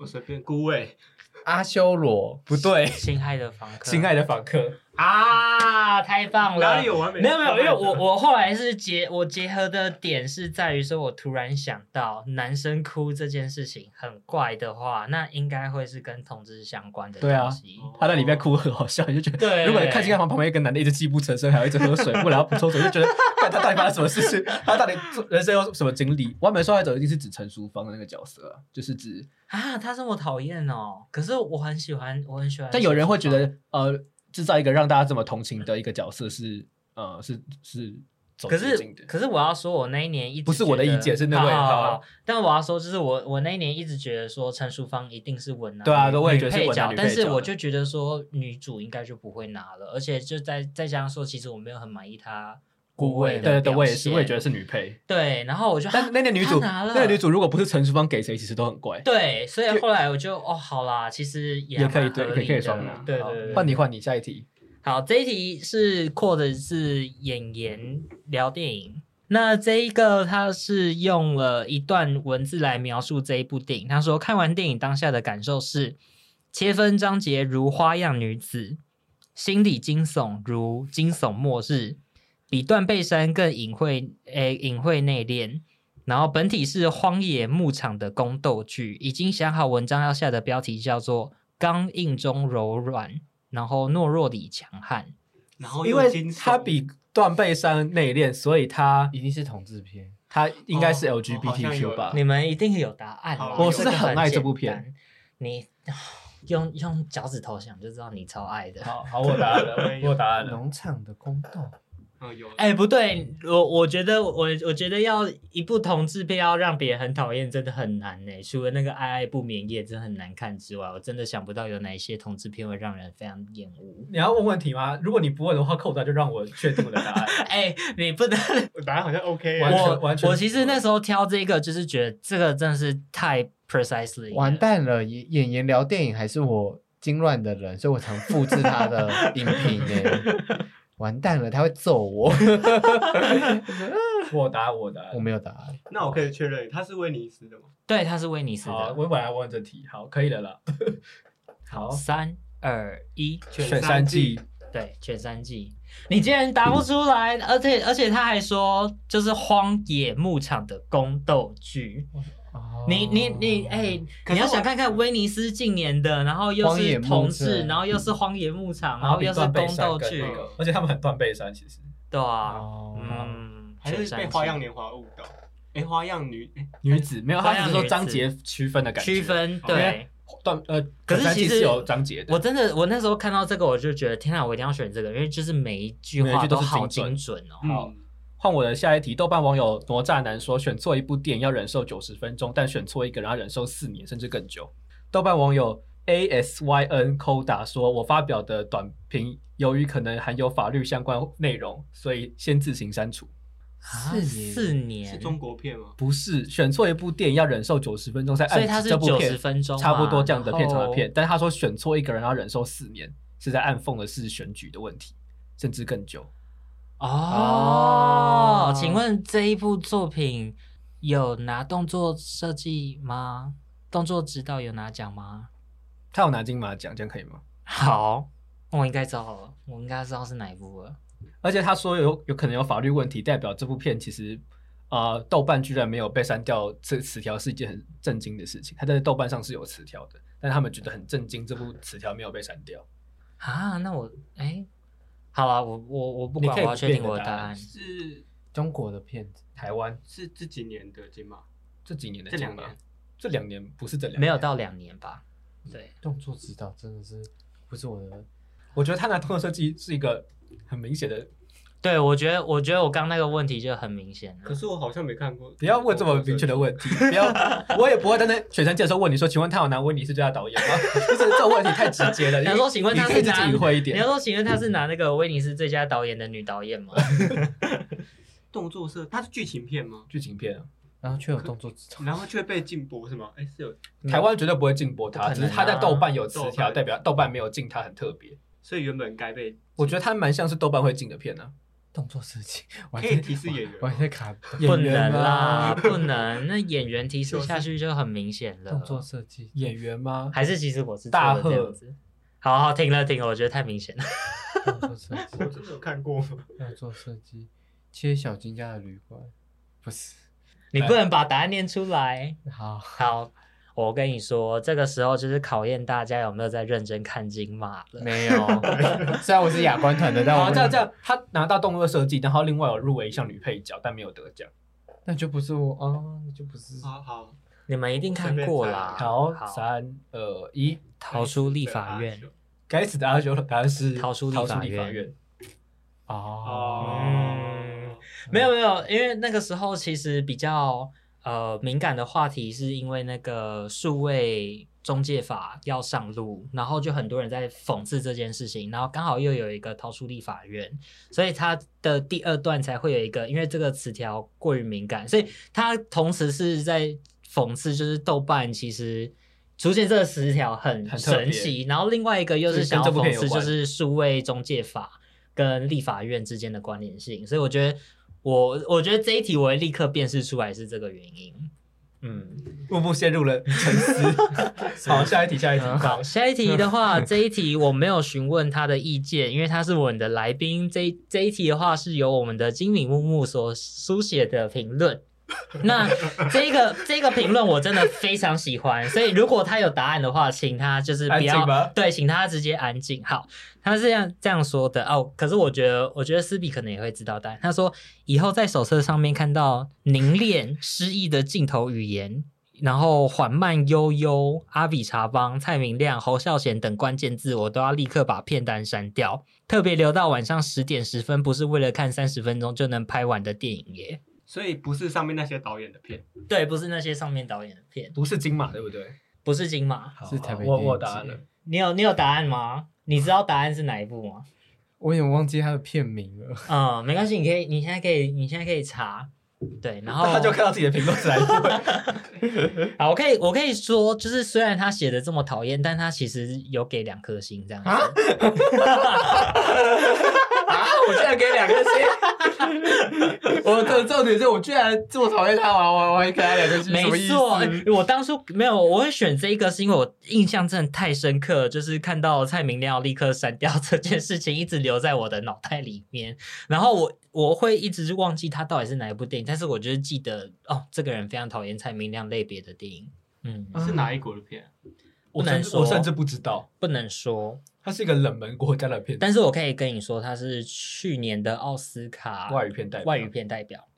我随便估位。阿修罗不对，亲爱的房客，亲爱的访客，啊，太棒了，哪里有完美？没有没有，因为我我后来是结我结合的点是在于说，我突然想到男生哭这件事情很怪的话，那应该会是跟同志相关的对啊东西。他在里面哭很好笑，你就觉得，对如果你看见他旁边一个男的一直泣不成声，还有一直喝水，不然要补充水，就觉得看他到底发生什么事情，他到底做人生有什么经历？完美受害者一定是指陈淑芳的那个角色啊，就是指，啊，他这么讨厌哦，可是我很喜欢，我很喜欢。但有人会觉，得，呃，制造一个让大家这么同情的一个角色是，呃，是是走可捷是径的。可是我要说，我那一年一直不是我的觉得意见是那位好好好好但我要说，就是我我那一年一直觉得说陈淑芳一定是稳拿对啊女对我也觉得是女配稳拿角，女配但是角我的就觉得说女主应该就不会拿了，而且就再再加上说，其实我没有很满意她顾对魏对的对，表我也是，现我也觉得是女配。对，然后我就但啊那个女主，她拿了那个女主如果不是陈淑芳给谁，其实都很怪。对，所以后来我就哦，好啦，其实也也也可以对，可以可以双拿。对好对对，换你换你下一题。好，这一题是扩的是演员聊电影。那这一个他是用了一段文字来描述这一部电影。他说，看完电影当下的感受是，切分章节如花样女子，心理惊悚如惊悚末日，比断背山更隐晦，诶、隐晦内敛。然后本体是荒野牧场的宫斗剧，已经想好文章要下的标题叫做《刚硬中柔软，然后懦弱里强悍》。然后因又为惊它悚比断背山内敛，所以它一定是同志片。它应该是哦哦好像 LGBTQ 有吧？你们一定有答案啦。我有是这个很爱这部简单片，你 [sighs] 用用脚趾头想就知道你超爱的。好好，我答案了，我我答案了。农场的宫斗，嗯有哎、不对，我我觉得我我觉得要一部同志片要让别人很讨厌，真的很难呢、欸除了那个《爱爱不眠夜》真的很难看之外，我真的想不到有哪一些同志片会让人非常厌恶。你要问问题吗？如果你不问的话，扣打就让我确定我的答案。 [laughs] 哎、你不能我答案好像 OK，完全我完全我其实那时候挑这个，就是觉得这个真的是太 precisely 了完蛋了！演演员聊电影还是我精乱的人，所以我常复制他的影评呢。完蛋了，他会揍我！ [laughs] 我答我答我没有答案，那我可以确认他是威尼斯的吗？对，它是威尼斯好，的。我本来问这题，好，可以了 [laughs] 啦。好，三二一，选三季，对，全三季。你竟然答不出来，而且而且他还说就是荒野牧场的宫斗剧。哦你你你，哎、你可是要我想看看威尼斯近年的，然后又荒野是牧同志，场然后又是荒野牧场，然然后后嗯比又是断背宫山斗更剧那，个而且他们很断背山，其实对啊，哦嗯，还是全被三花季样年华误导？哎，花样女哎女子没有，他对啊只是说女子章节区分的感觉，区分哦因对为。断呃，可全是三季其实是有章节的我。真的，我那时候看到这个，我就觉得天啊，我一定要选这个，因为就是每一句每一话句都是好精精准准哦。好嗯换我的下一题，豆瓣网友哪吒男说，选错一部电影要忍受九十分钟，但选错一个人要忍受四年甚至更久。豆瓣网友 A S Y N Koda 说，我发表的短评由于可能含有法律相关内容，所以先自行删除。啊四年四年，是中国片吗？不是选错一部电影要忍受九十分钟，再所以它按是这部90片分钟嘛啊哦差不多这样的片长然的后片，但他说选错一个人要忍受四年，是在暗讽的是选举的问题，甚至更久。哦，哦请问这一部作品有拿动作设计吗？动作指导有拿奖吗？他有拿金马奖，这样可以吗？好，我应该知道了，我应该知道是哪一部了。而且他说有有可能有法律问题，代表这部片其实，呃，豆瓣居然没有被删掉这词条是一件很震惊的事情。他在豆瓣上是有词条的，但他们觉得很震惊，这部词条没有被删掉。啊，那我哎、好了，我我我不管，你可我以要确定不变我的的答答案案。是中国的片子，台湾是这几年的金马，这几年的这两金马年，这两年不是这两年没有。到两年吧？对，动作指导真的是不是我的我觉得他拿动作设计是一个很明显的，对，我觉得我觉得我刚那个问题就很明显了可。是我好像没看过。不要问这么明确的问 [laughs] 题，不要，我也不会在那选三届的时候问你说，请问他有拿威尼斯最佳导演吗？ [laughs] 就是这种问题太直接 [laughs] 了。你要说请问他你可是以自己拿隐晦一你点要。说，请问她是拿那个威尼斯最佳导演的女导演吗？动作是它是剧情片吗？剧情片啊，然后却有动作指导，然后却被禁播是吗？哎，是有，台湾绝对嗯不会禁播他，不可能只啊是他在豆瓣有词豆条，瓣代表豆瓣没有禁他很特别。所以原本该被我觉得他蛮像是豆瓣会禁的片啊。动作设计，我还可以在提示演员吗我还在卡不演员能吗啦，不能。那演员提示下去就很明显了。动作设计，演员吗？还是其实我是大错了这贺样子。好好，停了停了，我觉得太明显了。 [laughs] 动作设计，我真的有看过吗？动作设计，切小金家的旅馆，不是，你不能把答案念出来。好， [laughs] 好，我跟你说，这个时候就是考验大家有没有在认真看金马了。没有，虽然我是亚冠团的，但好，我这样这样，他拿到动作设计，然后另外有入围一项女配角，但没有得奖。那就不是我啊，那就不 [laughs] 是，好好， [laughs] 你们一定看过啦。好，三二一，逃出立法院。该死的阿修罗答案是逃出立逃出法立法院院。哦，嗯哦，嗯没有没有，因为那个时候其实比较呃敏感的话题，是因为那个数位中介法要上路，然后就很多人在讽刺这件事情，然后刚好又有一个逃出立法院，所以它的第二段才会有一个，因为这个词条过于敏感，所以它同时是在讽刺，就是豆瓣其实。出现这个词条很很特别神奇，然后另外一个又就是是想跟要这部讽片有刺，就关是数位中介法，跟立法院之间的关联性，所以我觉得我我觉得这一题我会立刻辨识出来是这个原因。嗯，步步陷入了沉 [laughs] 思。好，下一题，下一题。 [laughs] 好，下一题的 [laughs] 话，这一题我没有询问他的意见，因为他是我们的来宾。这一这一题的话，是由我们的金敏木木所书写的评论。 [laughs] 那这个这个评论我真的非常喜欢，所以如果他有答案的话，请他就是不安静要吗对，请他直接安静。好，他是这样这样说的哦。可是我觉得，我觉得思比可能也会知道答案。他说以后在手册上面看到凝练失忆的镜头语言，然后缓慢悠悠、阿比查邦、蔡明亮、侯孝贤等关键字，我都要立刻把片单删掉，特别留到晚上十点十分，不是为了看三十分钟就能拍完的电影耶。所以不是上面那些导演的片，对，不是那些上面导演的片，不是金马，对不对？不是金马。是台北我电影我答案节了。你有你有答案吗？你知道答案是哪一部吗？我有点忘记他的片名了。 [laughs] 嗯，没关系，你可以，你现在可以，你现在可以查。对，然后 [laughs] 他就看到自己的评论是来自好，我可以，我可以说，就是虽然他写的这么讨厌，但他其实有给两颗星这样子。啊！我居然给两颗星！我的重点是我居然这么讨厌他，我还我还给他两颗星，什么没意错，思？哎我当初没有，我会选这一个是因为我印象真的太深刻了，就是看到蔡明亮立刻删掉这件事情，一直留在我的脑袋里面。 [laughs] 然后我我会一直忘记他到底是哪一部电影，但是我就是记得哦，这个人非常讨厌蔡明亮类别的电影。嗯，啊是哪一国的片啊？我不甚能至说我甚至不知道，不能说，它是一个冷门国家的片，但是我可以跟你说，他是去年的奥斯卡外语片代表外语片代表，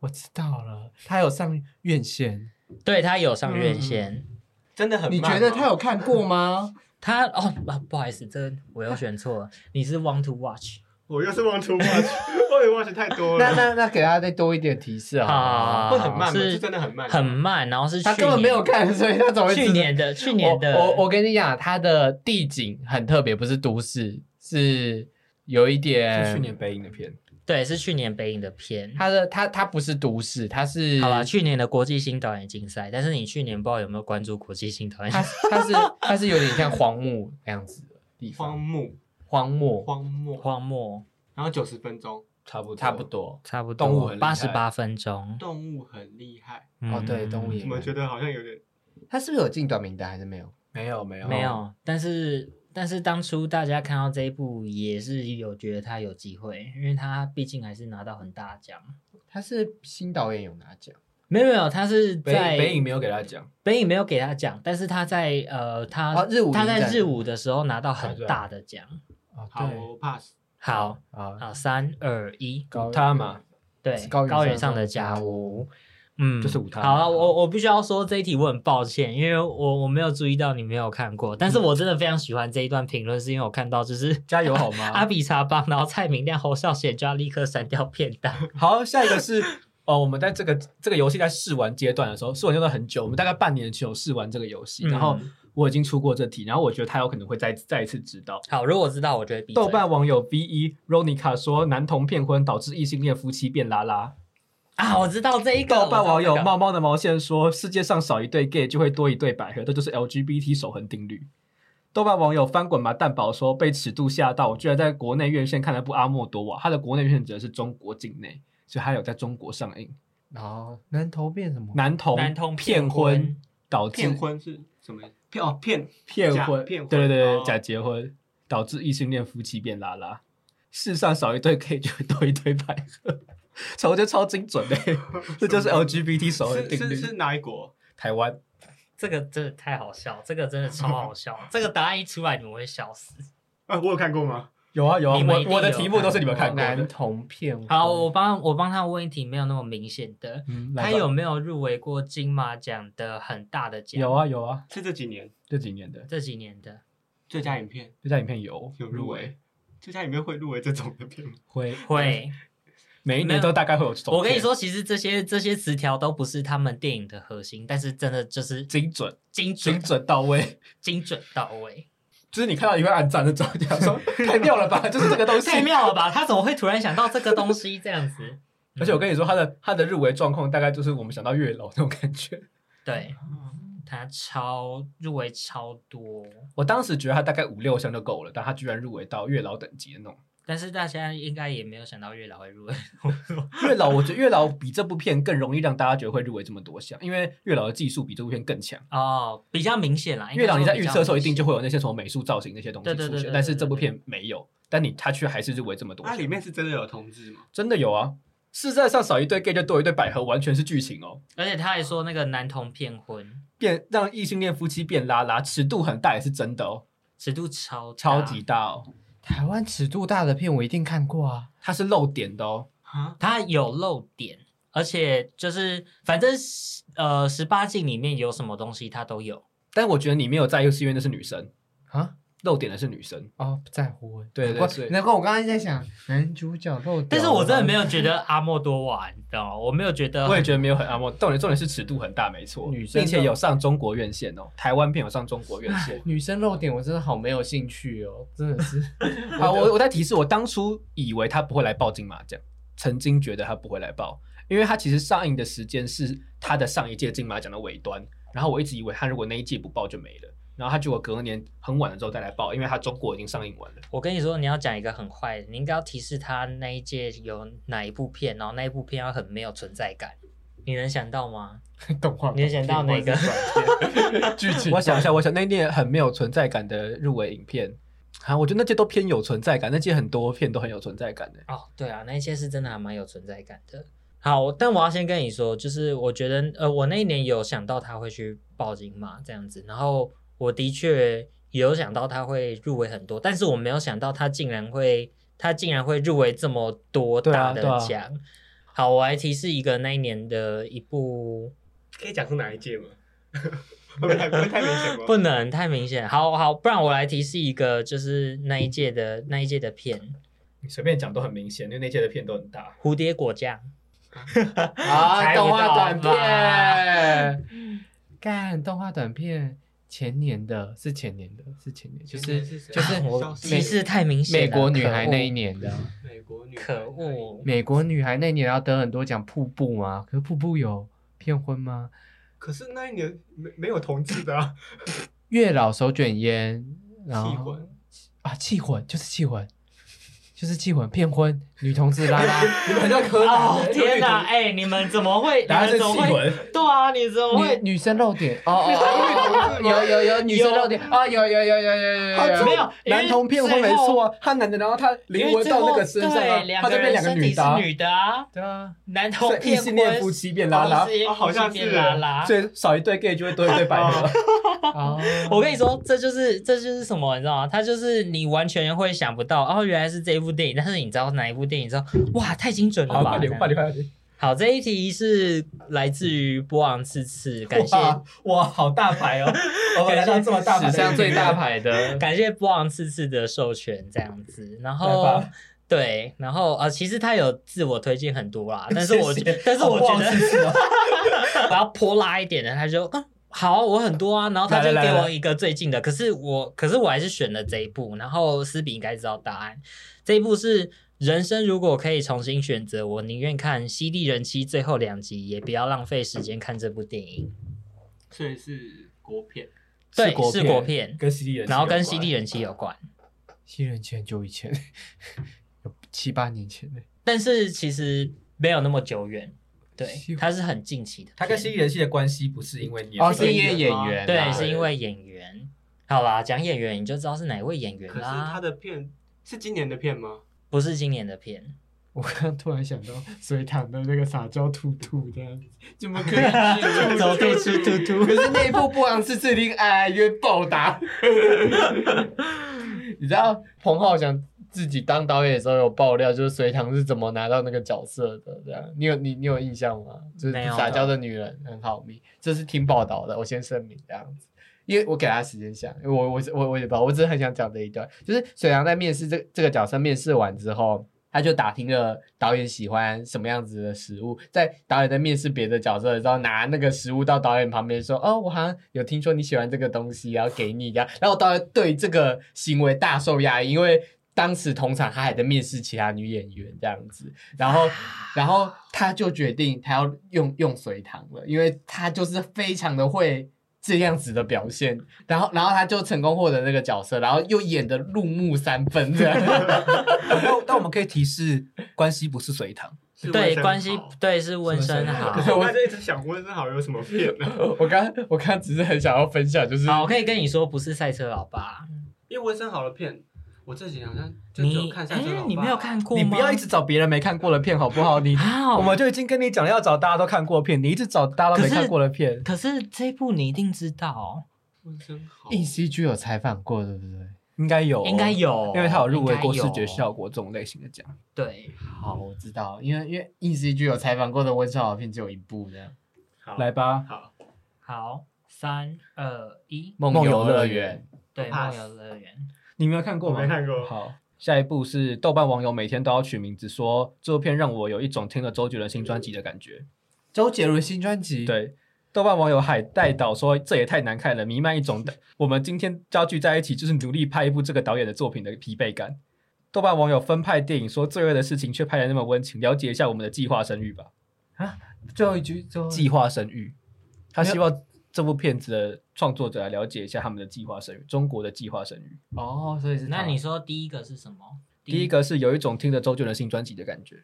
我知道了，他有上院线。对他有上院线。真的很你慢吗哦觉得他有看过 [laughs] 吗？他哦、啊，不好意思，这我又选错了。你是 Want to Watch [laughs] 我又是 want to watch，我也 watch 太多那了，那那给他再多一点提示 [laughs] 啊！啊，会很慢吗？是是真的很慢，很。慢，然后是他去根本没有年看，所以他怎么会知道去年的去年的我我我跟你讲，它的地景很特别，不是都市，是有一点。是嗯去年北影的片。对是去年北影的片。它的它它不是都市，它是好了，去年的国际新导演竞赛，但是你去年不知道有没有关注国际新导演？它它是它是有点像荒漠那样子的地荒方，漠，荒漠荒 [laughs] 漠，荒漠然后九十分钟，差不多，差不。多。差不动物多很厉害八十八分钟。嗯动物很厉害，哦对动物也我们觉得好像有点它是不是有进短名单还是没有？没有，没有，没。有，但是但是当初大家看到这一部也是有觉得他有机会，因为他毕竟还是拿到很大奖。它是新导演有拿奖，没有没有，他是北在北影没有给他讲，北影没有给他奖，但是他在呃，他、哦日舞他在影展日舞的时候拿到很大的奖。哦好我 pass。好啊，好，三二一，高他嘛，对，高原上原上的的家家屋，嗯，就是舞台好了，我我必须要说这一题我很抱歉，因为我我没有注意到你没有看过，但是我真的非常喜欢这一段评论，是因为我看到就是加油好阿吗？比查邦，然后蔡明亮、侯孝贤就要立刻删掉片 [laughs] 段。好，下一个是。哦，我们在这个这个游戏在试玩阶段的时候，试玩阶段很久，我们大概半年前有试玩这个游戏，然后嗯我已经出过这题，然后我觉得他有可能会再再一次知道。好，如果我知道，我就会闭嘴豆瓣网友 V 一 Ronica 说，男童骗婚导致异性恋夫妻变拉拉。啊，我知道这一个。豆瓣网友我知道这个猫猫的毛线说，世界上少一对 gay 就会多一对百合，这就是 LGBT 守恒定律。豆瓣网友翻滚吧蛋宝说，被尺度吓到，我居然在国内院线看了部《阿莫多瓦》，他的国内院线指的是中国境内，所以他有在中国上映。然后南投变什么？男童男童骗骗婚婚导致骗婚是什么意思？骗哦骗哦骗假婚，骗婚对对对哦对，假结婚导致异性恋夫妻变拉拉，世上少一对 gay 就多一对百合， [laughs] 超我觉得超精准的，这就是 LGBT 守恒是定是律。是哪一国？台湾这个真的太好笑，这个真的超好笑，这个答案一出来你们会笑死。啊，我有看过吗？有啊有啊，你们我一定我的有题目都是你们看过男的。童骗婚好，哦我帮我帮他问一题没有那么明显的，嗯，来他吧有没有入围过金马奖的很大的奖？有，啊有啊，是这几年这几年的这几年的最佳影片嗯最佳影片有有入围，，最佳影片会入围这种的片吗？会会。每一没年有都大概会有这种。我跟你，说，其实这些这些词条都不是他们电影的核心，但是真的就是精准精准精准到位， [laughs] 精准到位，就是你看到一会按赞那种，就想 [laughs] 说太妙了吧，就是这个东西。太妙了吧？他怎么会突然想到这个东西这样子？而且我跟你说，他的他的入围状况大概就是我们想到月老那种感觉。 [laughs] 对他超入围超多，我当时觉得他大概五六项就够了，但他居然入围到月老等级的那种。但是大家应该也没有想到月老会入围。 [laughs] 月老，我觉得月老比这部片更容易让大家觉得会入围这么多项，因为月老的技术比这部片更强。哦，比较明显啦。应该月老你在预测的时候，说一定就比会有那些什么美术造型那些东西对出对现，对对对但是这部对对片没有，但你他却还是入围这么多它项。啊里面是真的有同志吗？真的有啊，世界上少一对 gay 就多一对百合，完全是剧情哦。较明显，而且他还说那个男童骗婚变让异性恋夫妻变拉拉，尺度很大也是真的哦，尺度超大超级，大啊哦，台湾尺度大的片我一定看过啊，它是露点的哦。啊，他有漏点，而且就是反正是呃十八禁里面有什么东西他都有。但我觉得你没有在意，是因为那是女生，啊露点的是女生。哦不在乎欸，对对难怪所以难怪我刚刚在想男主角露屌，但是我真的没有觉得阿莫多瓦，你知道吗？我没有觉得我也觉得没有很阿莫，重点重点是尺度很大，没错，女生并且有上中国院线哦，台湾片有上中国院线。女生露点，我真的好没有兴趣哦，真的是 [laughs] 好，我我在提示，我当初以为他不会来报金马奖，曾经觉得他不会来报，因为他其实上映的时间是他的上一届金马奖的尾端，然后我一直以为他如果那一届不报就没了，然后他结果隔年很晚了之后再来报，因为他中国已经上映 [laughs] 完了。我跟你说，你要讲一个很坏的，你应该要提示他那一届有哪一部片，然后那一部片要很没有存在感。你能想到吗？动画。你能想到哪个？ [laughs] 剧情？我想一下，我想那一届很没有存在感的入围影片。啊，我觉得那届都偏有存在感，那届很多片都很有存在感的。哦，对啊，那一届是真的还蛮有存在感的。好，但我要先跟你说，就是我觉得，呃，我那一年有想到他会去报警嘛，这样子，然后我的确也有想到他会入围很多，但是我没有想到他竟然会，他竟然会入围这么多对大啊的对啊奖。好，我来提示一个那一年的一部 [laughs] 可以讲出哪一届 [laughs] 吗？会不会太会不会太明显吗？不能太明显。好好，不然我来提示一个，就是那一届的那一届的片《你随便讲都很明显，因为那届的片都很大。蝴蝶果酱啊，猜不动画到短吧片，干动画短片，前年的是前年的，是前年，就前是年是谁就是啊我消失提示太明显了美国女孩那一，可 [laughs] 恶年的，美国女可恶美国女孩那一年要得很多奖，瀑布吗？可是瀑布有骗婚吗？可是那一年没没有同志的啊，月老手卷烟，然后气管啊，气魂就是气魂，就是气魂骗婚，女同志拉拉。 [laughs] [laughs] 你们很像柯南哦天哪！哎，你们怎 [laughs] 么会？你答案们是怎戏么会？文。对啊，你怎么女会？女生露点哦哦哦，哦有有有女生露点啊，有有有有有有有没有，有男同骗婚没错，啊，他男的，然后他因灵为魂最后到那个身上对啊，两他个就变人两个身体女的啊是，女的啊，对啊，男所同以异骗性恋婚夫妻变拉拉同，性恋哦好像夫妻变是拉拉，所以少一对 gay 就会多一对 [laughs] 百合。哦，我跟你说，这就是这就是什么，你知道吗？它就是你完全会想不到，哦，原来是这一部电影。但是你知道哪一部电影？你知道，哇，太精准了好，吧！快点，快点，快点！好，这一题是来自于波昂次次，感谢哇，哇，好大牌哦！我来到这么大牌的史上最大影片，[laughs] 牌的，感谢波昂次次的授权，这样子。然来后吧对，然后呃，其实他有自我推荐 [laughs] 很多啦，但是我谢谢但是我觉好不好意得思哦 [laughs] 我要泼辣一点的，他就嗯。好，我很多啊，然后他就来来给来我来一个最近的，可是我，可是我还是选了这一部。然后思比应该知道答案，这一部是人生如果可以重新选择，我宁愿看《犀利人妻》最后两集，也不要浪费时间看这部电影。所以是国片，对，国是国片，跟犀利人，然后跟《犀利，人妻》有关。西人前久以前，有 [laughs] 七八年前的，但是其实没有那么久远，对希，望它是很近期的片。他跟犀利人系的关系不是因为你哦，是因演为员演吗员对，啦，是因为演员。好啦，讲演员你就知道是哪一位演员可是他啦，的片是今年的片吗？不是今年的片。我刚刚突然想到隋唐的那个撒娇兔兔这样子，怎么可以走兔吃兔兔？ [laughs] 可是那一部不昂是自令爱哎约暴打， [laughs] 你知道彭浩翔自己当导演的时候有爆料，就是隋唐是怎么拿到那个角色的？这样，你有你你有印象吗？就是没有撒娇的女人很好命，这是听报道的，我先声明这样子。因为我给他时间想，因为我我是我我也不知道，我只是很想讲这一段，就是水阳在面试这这个角色面试完之后，他就打听了导演喜欢什么样子的食物，在导演在面试别的角色的时候，拿那个食物到导演旁边说：“哦，我好像有听说你喜欢这个东西，然后给你。”这样，然后导演对这个行为大受压抑，因为当时同场他还在面试其他女演员这样子，然后，然后他就决定他要用用隋唐了，因为他就是非常的会这样子的表现，然后然后他就成功获得那个角色，然后又演的入木三分这样。但但我们可以提示，关系不是隋唐。是对温升关系好对是温是温升升好可。是我刚才就一直想温生好有什么片呢、 [laughs] 我刚我刚只是很想要分享，就是好，我可以跟你说，不是赛车老爸， [laughs] 因为温生好的片，我这几年好像就只有你看《赛哎车老爸》，你没有看过吗？你不要一直找别人没看过的片，好不好？你啊，我们就已经跟你讲了要找大家都看过的片，你一直找大家都没看过的片。可是这一部你一定知道，温生好，硬 CG ，E 有采访过，对不对？应该有， [laughs] 应该，有，哦哦因为它有入围过应该视有觉效。果这种类型的奖。对，好，我知道，因为因为硬 CG 有采访过的温莎好片只有一部这样，好来吧，好，好，三二一， 《梦梦游游乐乐园园对，梦 Pass 游乐园。你没有看过我吗？没看过，好，下一部是豆瓣网友每天都要取名字说，这部片让我有一种听了周杰伦新专辑的感觉。》，周杰伦新专嗯辑。，对，豆瓣网友海带岛说这也太难看了，弥漫一种的我们今天交聚在一起就是努力拍一部这个导演的作品的疲惫感。豆瓣网友分派电影说罪恶的事情却拍得那么温情，了解一下我们的计划生育吧。最后一句，最后一句计划生育，他希望这部片子的创作者来了解一下他们的计划生育，中国的计划生育。哦，所以是那他你说第一个是什么？第一个是有一种听着周杰伦新专辑的感觉，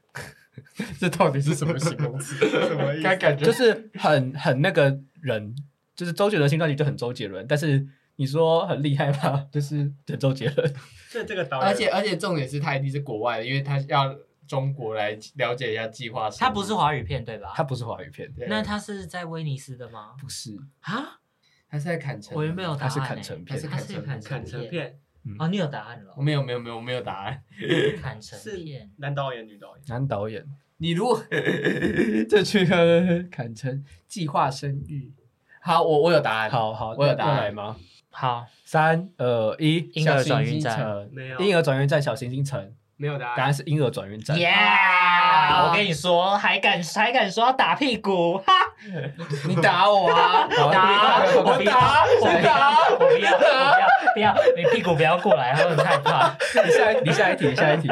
[laughs] 这到底是什么形容词？ [laughs] 什么意他思？感觉就是很很那个人，就是周杰伦新专辑就很周杰伦，但是你说很厉害吗？就是很周杰伦。 [laughs] 所以这个导演，而且而且重点是他一定是国外的，因为他要中国来了解一下计划生育。它不是华语片对吧？它不是华语片，对，那它是在威尼斯的吗？不是，啊，他是在砍城。我原本有答案欸，它是砍成片它是砍砍成成。片哦，你有答案了我，没有没有没有没有答案。砍成是片。男导演、女导演，男导演 [laughs] 你如 [laughs] 果这去砍城计划生育，好，我我有答案。，哦好好，我有答案那来吗？好，三二一，婴儿转运运站没有，婴儿转运站，小行星城，没有答啊答案，案是婴儿转运 [laughs] 站。 Yeah！我跟你说，还敢还敢说要打屁股，哈！你打我啊！好 [laughs] 打，我我打我我打，打我不要，我不要，不要，你屁股不要过来，我很害怕。你下一，你下一题，你下一题。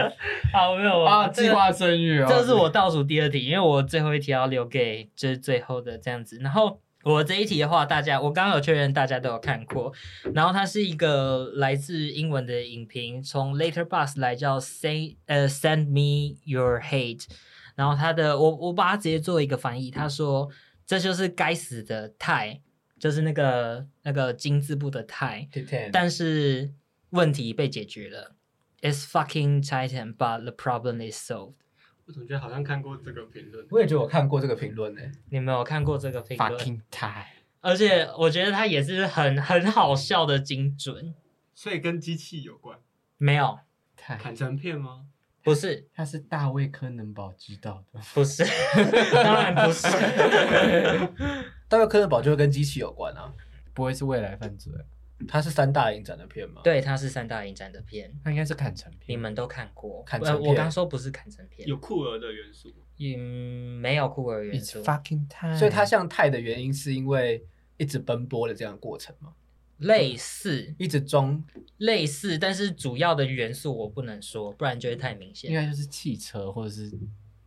好，没有啊！我这计个划生育哦，这是我倒数第二题，因为我最后一题要留给就是最后的这样子。然后我这一题的话，大家我刚刚有确认大家都有看过，然后它是一个来自英文的影评，从 Later Bus 来叫 Say 呃 Send Me Your Hate，然后它的我我把它直接做一个翻译，他说这就是该死的泰，就是那个那个金字部的泰，但是问题被解决了。It's fucking Titan, but the problem is solved. 我总觉得好像看过这个评论，我也觉得我看过这个评论呢，欸你没有看过这个评论， fucking time。而且我觉得它也是很很好笑的精准。所以跟机器有关，没有，砍成片吗？不是，他是大卫柯能堡知道的，不 [laughs] 是，当然不是。大卫柯能堡就会跟机器有关啊，不会是未来犯罪，它是三大影展的片嘛。，对，它是三大影展的片，他应该是砍城你片。们都看过。砍成呃，片我刚说不是砍成片，有酷儿的元素吗，嗯，没有酷儿元 It's 素， fucking time。所以它像泰的原因是因为一直奔波的这样的过程嘛，类似一直装类似，但是主要的元素我不能说，不然就会太明应显。该就是汽车或者是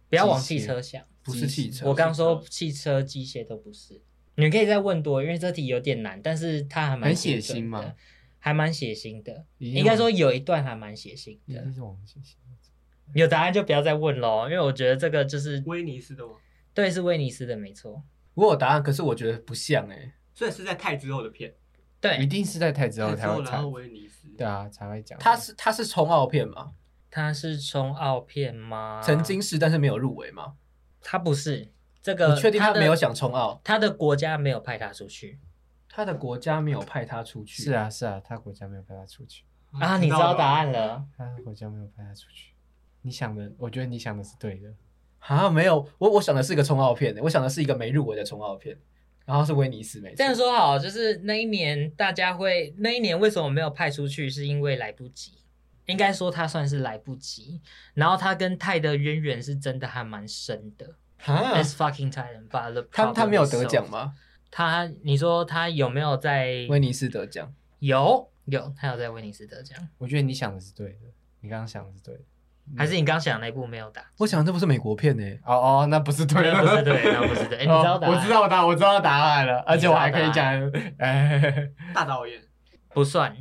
不要往汽车想，不是汽车。我刚说汽车、机械都不是。你们可以再问多，因为这题有点难，但是它还蛮很血精准腥吗的？还蛮血腥的，已经应该说有一段还蛮血腥已的经。是我们学习。有答案就不要再问喽，因为我觉得这个就是威尼斯的吗？对，是威尼斯的没错。我有答案，可是我觉得不像哎、所以是在泰之后的片，一对，定是在泰之后泰之才会后然产后，威尼斯，对啊，才会讲。它是它是冲奥片嘛，它是冲奥片吗？曾经是，但是没有入围嘛。它不是这个，你确定它他的没有想冲奥？它的国家没有派它出去他的国家没有派他出去。是，啊是啊，他国家没有派他出去，啊？你知道答了案了？他国家没有派他出去。你想的，我觉得你想的是对的。啊，没有，我我想的是一个冲奥片、欸我想的是一个没入围的冲奥片，然后是威尼斯没错。这样说好，就是那一年大家会，那一年为什么没有派出去，是因为来不及。应该说他算是来不及，然后他跟泰的渊源是真的还蛮深的。啊 That's fucking Thailand, but the 他他没有 problem is 得奖 solved？吗？他你说他有没有在？威尼斯得奖，有有，他有在威尼斯得奖。我觉得你想的是对的，你刚刚想的是对的。嗯还是你刚想的那部没有打？我想这不是美国片呢、欸哦哦，那不是对那不是了。对，那不是 [laughs] 对。哎，你哦知道答案？我知道答，我知道答案了，而且我还可以讲，哎， [laughs] 大导演，不算。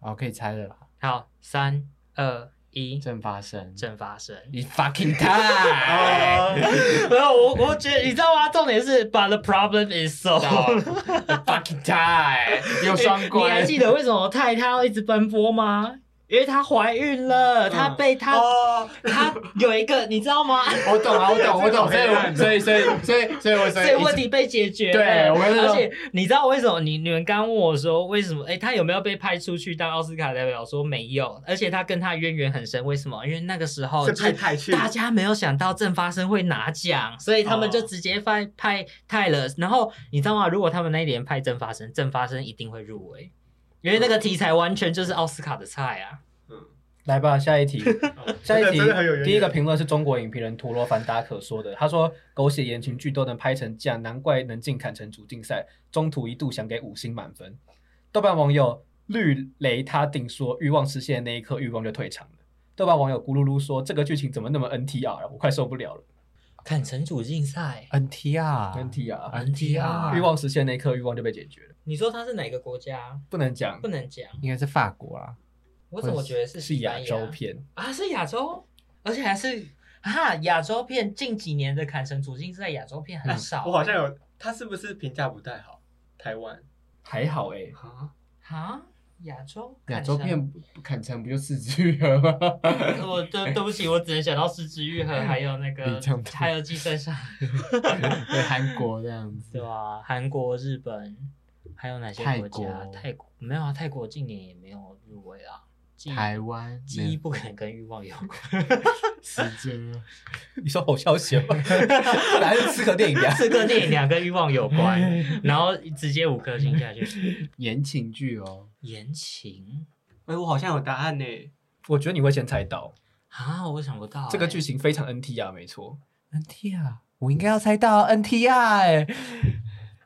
好，哦可以猜了啦。好，三二一，正发生，正 [coughs] 发生。你 fucking 哎 [laughs] 哦 time，没有，我我觉得你知道吗？重点是，but the problem is 哦 so。 fucking time，有双你还关。记得为什么泰她要一直奔波吗？因为她怀孕了，她被她嗯哦，她有一个，你知道 [laughs] 吗？我懂啊，我懂，我懂，这个好黑暗所以，所以，所以，所以，所以我，所以问一直题被解决了。对我跟你说而且你知道为什么？你你们刚问我说为什么？哎，他有没有被派出去当奥斯卡代表？我说没有，而且他跟他渊源很深。为什么？因为那个时候是哦就是派太去，大家没有想到郑发生会拿奖，所以他哦们就直接派派泰了。然后你知道吗？如果他们那一年派郑发生，郑发生一定会入围，因为那个题材完全就是奥斯卡的菜啊。嗯，来吧，下一题。哦下一真的题真的很有渊，源第一个评论是中国影评人陀螺凡达可说的，他说狗血言情剧都能拍成这样，难怪能进砍成竹竞赛，中途一度想给五星满分。豆瓣网友绿雷他定说，欲望实现的那一刻，欲望就退场了。豆瓣网友咕噜噜说，这个剧情怎么那么 NTR 啊我快受不了了看城主竞赛哎啊 NTR， [laughs] ，NTR。 NTR 啊欲望实现那一刻，欲望就被解决了，你说他是哪个国家？不能讲不能讲，应该是法国啦。我怎么觉得是是西班亚牙洲片，啊？是亚洲，而且还是啊，亚洲片近几年的砍城主竞赛亚洲片很少我好像有，他是不是评价不太好？台湾还好哎、啊，啊。亚洲亚砍城洲呃片砍成不就四只了吗？我对对不起，我只能想到失之愈合，还有那李个昌钰还有寄生上，对，韩国这样 [laughs] 对子。吧、韩国、日本，还有哪些泰国家？国泰国没有啊，泰国近年也没有入围啊。记忆台湾记忆不可能跟欲望有关，时间，你说侯孝 [laughs] 贤吗？本来是刺客电影呀，这个电影俩跟欲望有关，哎然后直接五颗星下去。言情剧哦，言情哎，我好像有答案呢，我觉得你会先猜到，啊，我想不到欸、这个剧情非常 NTR，没错。 NTR，我应该要猜到啊 NTR 哎、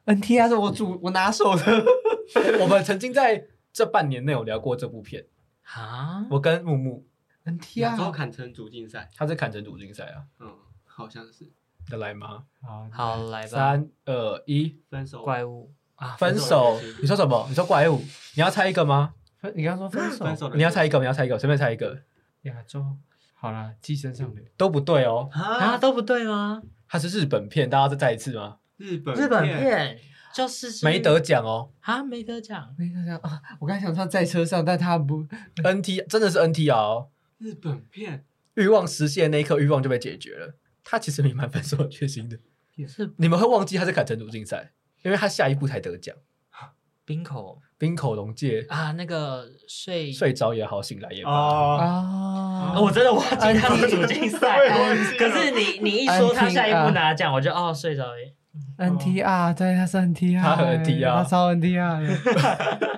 NTR 是我主我拿手的， [laughs] 我们曾经在这半年内有聊过这部片，啊，我跟木木，啊亚洲 NTR 砍成竹竞赛，他是砍成主竞赛啊，嗯，好像是要来吗？好好来吧，三二一，分手怪物啊，分手分手也！是你说什么？你说怪物？你要猜一个吗？分哦你刚刚说分手，分手的你要猜一个，你要猜一个，随便猜一个，亚洲好啦，寄生上流，都不对哦。啊啊，都不对吗？它是日本片，大家再再一次吗？日本日本片就是没得奖哦啊，没得奖。我想想啊，我刚才想唱在车上，但他不，NT 真的是 NTR，哦日本片欲望实现那一刻，欲望就被解决了。它其实也蛮分手的决心的，也是你们会忘记它是砍成主竞赛，因为它下一步才得奖。冰口冰口龙介啊，那个睡睡着也好，醒来也罢。哦，啊哦，我真的忘记他是主 [laughs] 竞赛我也忘记了啊可是你你一说他下一步拿奖，我就哦睡着了。 NTR 对，哦他是 NTR，他很 NTR 他超 NTR 的，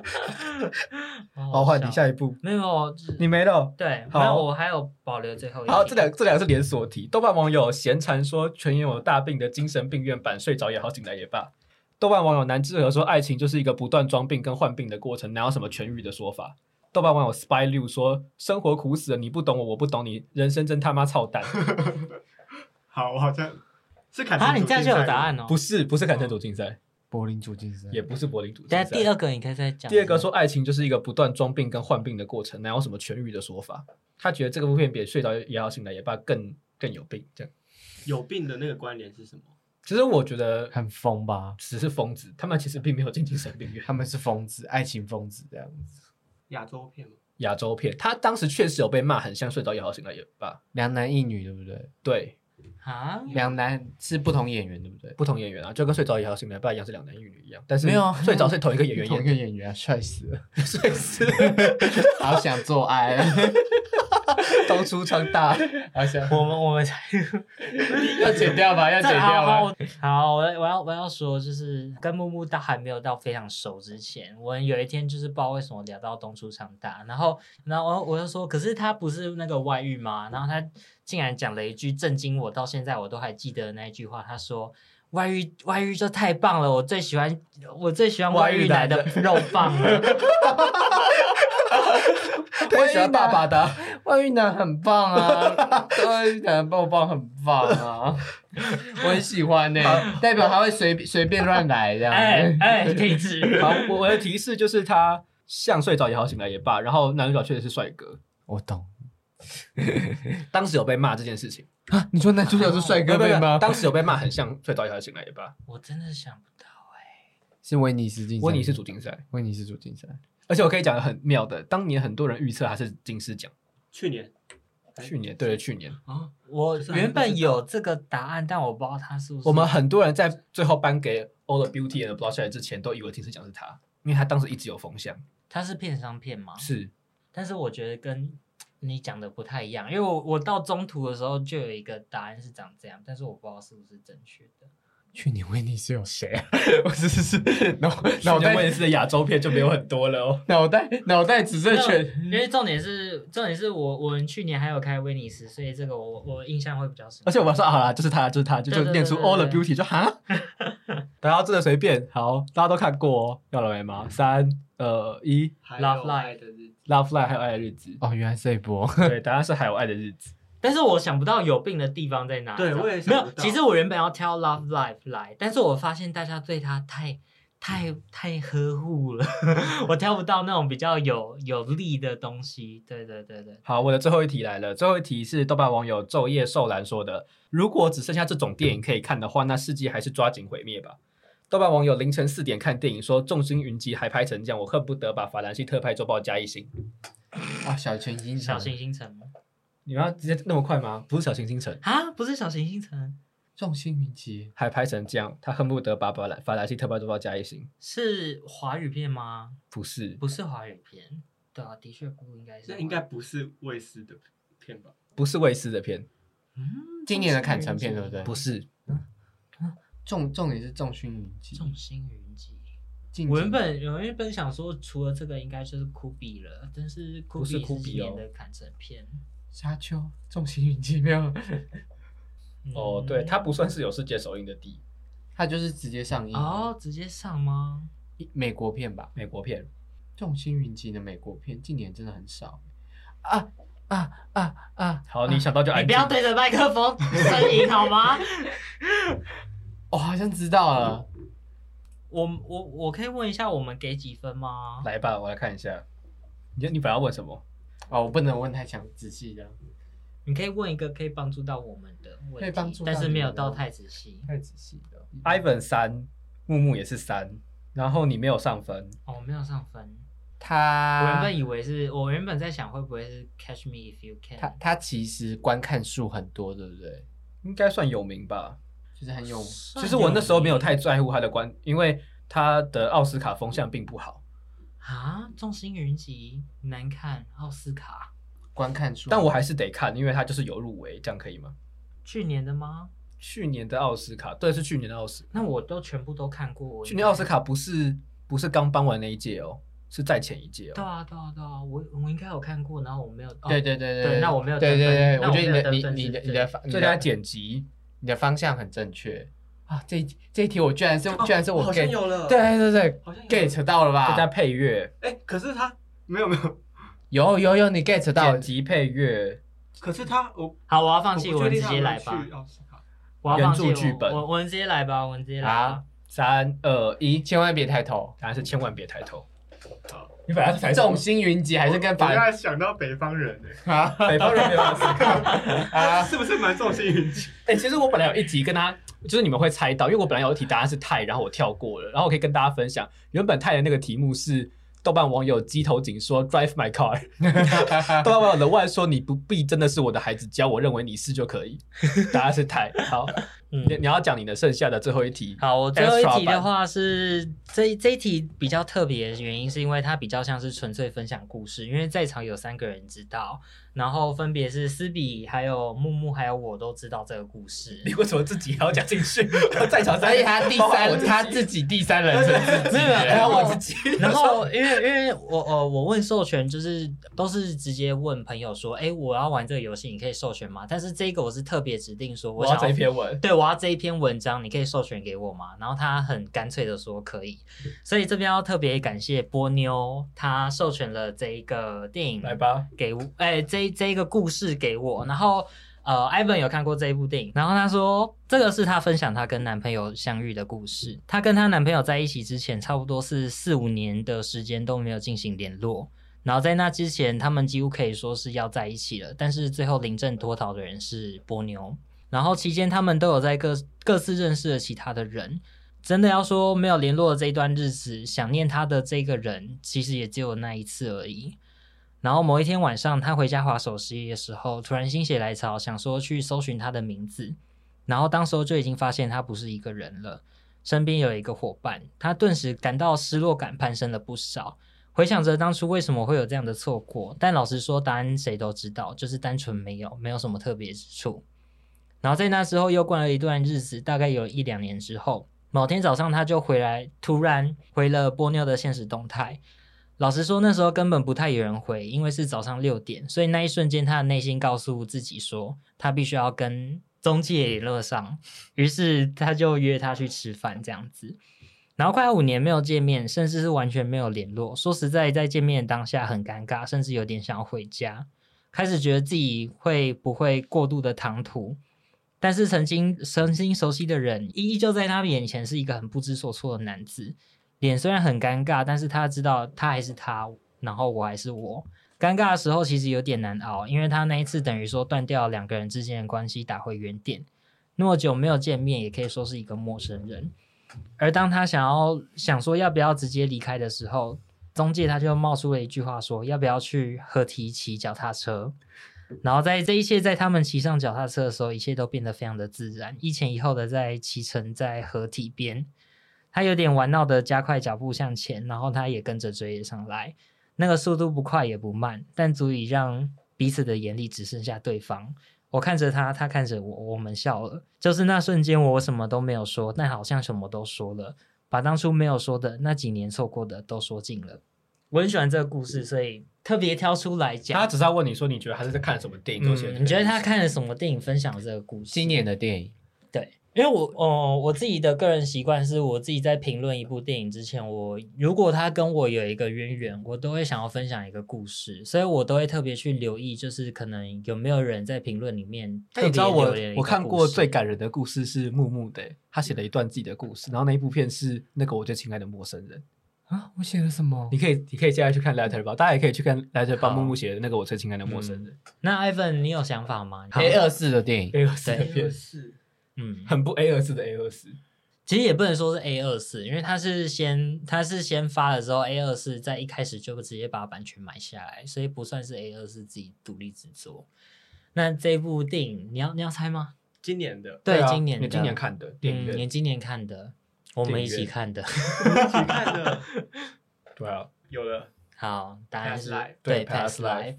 哦好，换你一下一步，没有哦就是你没了。对，好没有我还有保留最后一题。好，这两这两个是连锁题。豆瓣网友闲缠说，全员有大病的精神病院版，睡着也好，醒来也罢。豆瓣网友南之和说，爱情就是一个不断装病跟患病的过程，哪有什么痊愈的说法？豆瓣网友 spy Liu 说，生活苦死了，你不懂我，我不懂你，人生真他妈操蛋。好，我好像是砍成啊，竹你这样就有答案哦。不是，不是砍成主竞赛， [laughs] 柏林主竞赛也不是柏林主竞等赛下。第二个你可以再讲。第二个说，爱情就是一个不断装病跟患病的过程，哪有什么痊愈的说法？他觉得这个部片比睡着也好，醒来也罢更更有病。这样，有病的那个关联是什么？其实我觉得很疯吧？只是疯子，他们其实并没有进精神病院。他们是疯子，爱情疯子这样子，亚洲片吗？亚洲片，他当时确实有被骂，很像睡着也好，醒来也罢。两男一女对不对？对，啊，两男是不同演员对不对？不同演员啊，就跟睡着也好，醒来也罢一样，是两男一女一样。但是没有啊睡着是同一个演员同一演个演员啊，帅死了，的，睡死， [laughs] 好想做爱啊，东出昌大。 [laughs] 好想我们我们才要剪掉 [laughs] 吧，要剪掉好好 [laughs] 吧。我好，我我要我要说，就是跟木木到还没有到非常熟之前，我们有一天就是不知道为什么聊到东出昌大，然后然后我我就说，可是他不是那个外遇吗？然后他竟然讲了一句震惊我到现在我都还记得的那一句话，他说。外遇，外遇就太棒了！我最喜欢，我最喜欢外遇来的肉棒了。我也喜欢爸爸的啊，外遇男很棒 [laughs] 啊，外遇男棒棒很棒 [laughs] 啊，我很喜欢呢、代表他会随便随便乱来这样。哎哎，停止！好，我我的提示就是他像睡着也好，醒来也罢，然后男主角确实是帅哥，我懂当时有被骂这件事情，啊，你说男主角是帅哥没有哦对没有吗？当时有被骂很像睡着也好，醒来也 [laughs] 罢。我真的想不到哎、是威尼斯竞赛，威尼斯主竞赛，威尼斯主竞赛，而且我可以讲个很妙的，当年很多人预测他是金狮奖，去年去年对去年，啊，我原本有这个答案，但我不知道他是不是我们很多人在最后颁给 All the Beauty and the Bloodshed 之前，都以为金狮奖是他，因为他当时一直有风向，他是片商片吗？是但是我觉得跟你讲的不太一样，因为我我到中途的时候就有一个答案是长这样，但是我不知道是不是正确的。去年威尼斯有谁啊？ [laughs] 我只是脑去脑年威尼袋斯的亚洲片就没有很多了哦。脑袋脑袋只剩没有全因为重点是重点是我我们去年还有开威尼斯，所以这个我我印象会比较深。而且我们说好啦，啊就是他，就是他，就对就对念出对对 All the 对 Beauty，就哈， [laughs] 然后真的随便，好，大家都看过哦，要了没吗？三呃一还有 Love Live 爱的日子， ，Love Live 还有爱的日子，哦，原来这一 [laughs] 波。 [laughs] 对，答案是还有爱的日子，但是我想不到有病的地方在哪里。对你知道我也没想不有。到其实我原本要挑 Love Life 来，但是我发现大家对他太太太呵护了， [laughs] 我挑不到那种比较有有力的东西。对对对对，好，我的最后一题来了。最后一题是豆瓣网友昼夜寿兰说的：“如果只剩下这种电影可以看的话，那世界还是抓紧毁灭吧。”豆瓣网友凌晨四点看电影说：“众星云集，还拍成这样，我恨不得把法兰西特派周报加一星。哇，哦小泉星小行星城吗？”你们要直接那么快吗？不是小行星城，啊，不是小行星城，众星云集，还拍成这样，他恨不得把法兰法兰西特派周报加一星。是华语片吗？不是，不是华语片。对啊，的确不应该是华这语。应该不是卫视的片吧？不是卫斯的片，嗯，今年的砍成片对不对？不是，重重点是众星云集。众星云集。竞我原争本我原本想说，除了这个应该就是酷比了，但是酷不是比酷比今年哦的砍成片。沙丘众星云集没有， [laughs] 哦，嗯对，它不算是有世界首映的第一它就是直接上映哦，，直接上吗？美国片吧？美国片。众星云集的美国片近年真的很少啊啊啊啊！好，你想到就安哎你静。不要对着麦克风呻吟好吗？我、好像知道了， [laughs] 我我我可以问一下，我们给几分吗？来吧，我来看一下。你你本来要问什么？哦，我不能问太详仔细的，你可以问一个可以帮助到我们的问题，可以帮助到但是没有你的到哦太仔细。太仔细了。 Ivan 三，木木也是三，然后你没有上分，哦，没有上分。啊我原他本以为是我原本在想会不会是 Catch Me If You 他 Can，他其实观看数很多，对不对？应该算有名吧。就是很有其实我那时候没有太在乎他的观，因为他的奥斯卡风向并不好。啊，众星云集难看，奥斯卡观看数，但我还是得看，因为他就是有入围，这样可以吗？去年的吗？去年的奥斯卡，对，是去年的奥斯。那我都全部都看过。我去年奥斯卡不是不是刚颁完那一届哦，是在前一届对哦。啊对啊对啊，我我应该有看过，然后我没有。哦对对对对那我没有对对对，得分那我觉得我没你有得的分你你的是你的方你最佳的剪辑，你的方向很正确啊！这一这一题我居然是、居然是哦好我像 get，有嗯了，对，对对好像有，get 到了最佳吧？配乐、哎，可是他没有没有，有有有，你 get 到剪辑配乐、可是他我好，我要放弃，我我不们确直定他有接没来有吧去。奥斯卡。我要放弃原著剧本我我我们直接来吧，我们直接来吧啊。！三二呃一，千万别抬头，答案是千万别抬头。好，你本来是抬头众，星云集还是跟我刚法才想到北方人呢，啊北方人没有奥斯卡。啊！是不是蛮重心云集？哎、其实我本来有一集跟他，就是你们会猜到，因为我本来有一题答案是泰，然后我跳过了，然后我可以跟大家分享，原本泰的那个题目是豆瓣网友鸡头警说 “drive my car”，豆 [laughs] 瓣网友的万说你不必真的是我的孩子，只要我认为你是就可以。答案是泰。好，嗯你你要讲你的剩下的最后一题。好，我最后 Extra 一题的版话是这这一题比较特别的原因，是因为它比较像是纯粹分享故事，因为在场有三个人知道，然后分别是思比、还有木木、还有我都知道这个故事。你为什么自己还要讲进去？在场三而且他第三，他自自己第三人称自己，没有没有还然有后我我自己，然后 [laughs] 因为因为我呃我问授权就是都是直接问朋友说，哎、我要玩这个游戏，你可以授权吗？但是这个我是特别指定说，我想要要这一篇文。对我要这一篇文章，你可以授权给我吗？然后他很干脆的说 [laughs] 可以，所以这边要特别感谢波妞，他授权了这一个电影来吧，给我，哎、这这这一个故事给我，然后呃，Ivan 有看过这一部电影，然后他说这个是他分享她跟男朋友相遇的故事。她跟她男朋友在一起之前，差不多是四五年的时间都没有进行联络，然后在那之前，他们几乎可以说是要在一起了，但是最后临阵脱逃的人是波妞。然后期间，他们都有在各各自认识了其他的人。真的要说没有联络的这一段日子，想念他的这个人，其实也只有那一次而已。然后某一天晚上，他回家划手机的时候，突然心血来潮，想说去搜寻他的名字。然后当时候就已经发现他不是一个人了，身边有一个伙伴。他顿时感到失落感攀升了不少。回想着当初为什么会有这样的错过，但老实说，答案谁都知道，就是单纯没有，没有什么特别之处。然后在那之后又过了一段日子，大概有一两年之后，某天早上他就回来，突然回了波妞的现实动态。老实说，那时候根本不太有人回，因为是早上六点，所以那一瞬间他的内心告诉自己说，他必须要跟中介联络上，于是他就约他去吃饭这样子。然后快要五年没有见面，甚至是完全没有联络。说实在，在见面的当下很尴尬，甚至有点想要回家，开始觉得自己会不会过度的唐突。但是曾经曾经熟悉的人，依旧在他眼前是一个很不知所措的男子，脸虽然很尴尬，但是他知道他还是他，然后我还是我。尴尬的时候其实有点难熬，因为他那一次等于说断掉两个人之间的关系，打回原点。那么久没有见面，也可以说是一个陌生人。而当他想要想说要不要直接离开的时候，中介他就冒出了一句话说：“要不要去合体骑脚踏车？”然后在这一切，在他们骑上脚踏车的时候，一切都变得非常的自然，一前一后的在骑乘在河堤边。他有点玩闹的加快脚步向前，然后他也跟着追了上来。那个速度不快也不慢，但足以让彼此的眼里只剩下对方。我看着他，他看着我，我们笑了。就是那瞬间，我什么都没有说，但好像什么都说了，把当初没有说的那几年错过的都说尽了。我很喜欢这个故事，所以特别挑出来讲。他只是要问你说，你觉得他是在看什么电影做写的？嗯，你觉得他看了什么电影分享这个故事？今年的电影，对，因为我哦、我自己的个人习惯是我自己在评论一部电影之前，我如果他跟我有一个渊源，我都会想要分享一个故事，所以我都会特别去留意，就是可能有没有人在评论里面但特别你知道我留言一个我看故过事最感人的故事是木木的欸，他写了一段自己的故事，然后那一部片是那个我最亲爱的陌生人。啊，我写了什么你？可以你可以现在去看 Letter 吧，大家也可以去看 Letter 好帮木木写的那个我最亲爱的陌生人。嗯那 Ivan，你有想法吗？ A 二四的电影， A 二四的就片，是嗯，很不 A 二四的 A 二四。其实也不能说是 A 二四，因为它是先它是先发了之后，A 二四在一开始就直接把版权买下来，所以不算是 A 二四自己独立制作。那这部电影你要你要猜吗？今年 [laughs] 的，对，啊今年的你今年看的电影嗯，你院，今年看的，我们电一起影院看的。一起看 [laughs] 的，对啊，有了，好，答案 Past 是 Life 对对，Past Past Life。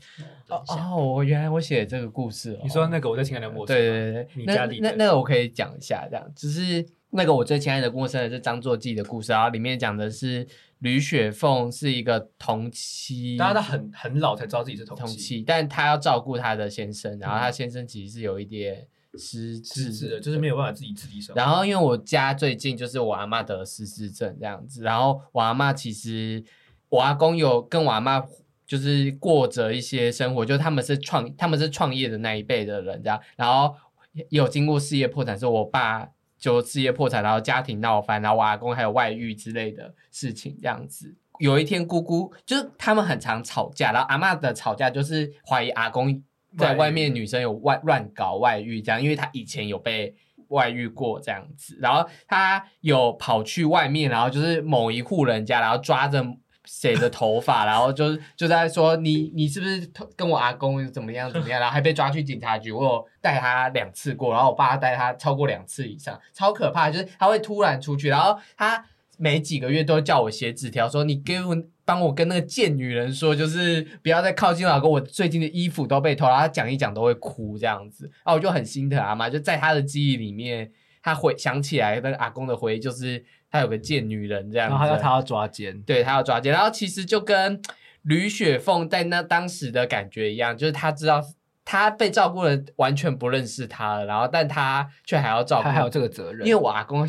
等哦一下哦，我原来我写这个故事哦。你说那个我最亲爱的陌生对人，对对对，你那家里那的那个我可以讲一下，这样，只是那个我最亲爱的陌生人是张作骥的故事，然后里面讲的是吕雪凤是一个同妻，大家都很很老才知道自己是同同性妻，但她要照顾她的先生，然后她先生其实是有一点失嗯失智智的，就是没有办法自己自己生活。然后因为我家最近就是我阿妈得了失智症这样子，然后我阿妈其实我阿公有跟我阿妈就是过着一些生活，就是他们是创他们是创业的那一辈的人这样，然后也有经过事业破产，是我爸就事业破产，然后家庭闹翻，然后我阿公还有外遇之类的事情这样子。有一天，姑姑就是他们很常吵架，然后阿嬷的吵架就是怀疑阿公在外面女生有外乱搞外遇这样，因为他以前有被外遇过这样子，然后他有跑去外面，然后就是某一户人家，然后抓着谁的头发，然后就是就在说你你是不是偷跟我阿公怎么样怎么样，然后还被抓去警察局，我有带他两次过，然后我爸带他超过两次以上，超可怕，就是他会突然出去，然后他每几个月都叫我写纸条说你给我。帮我跟那个贱女人说，就是不要再靠近我老公，我最近的衣服都被偷了。然后他讲一讲都会哭这样子，啊，我就很心疼阿妈，就在他的记忆里面，他回想起来那个阿公的回忆，就是他有个贱女人这样然子，后他要他要抓奸，对他要抓奸，然后其实就跟吕雪凤在那当时的感觉一样，就是他知道他被照顾了，完全不认识他了，然后但他却还要照顾，他还有这个责任，因为我阿公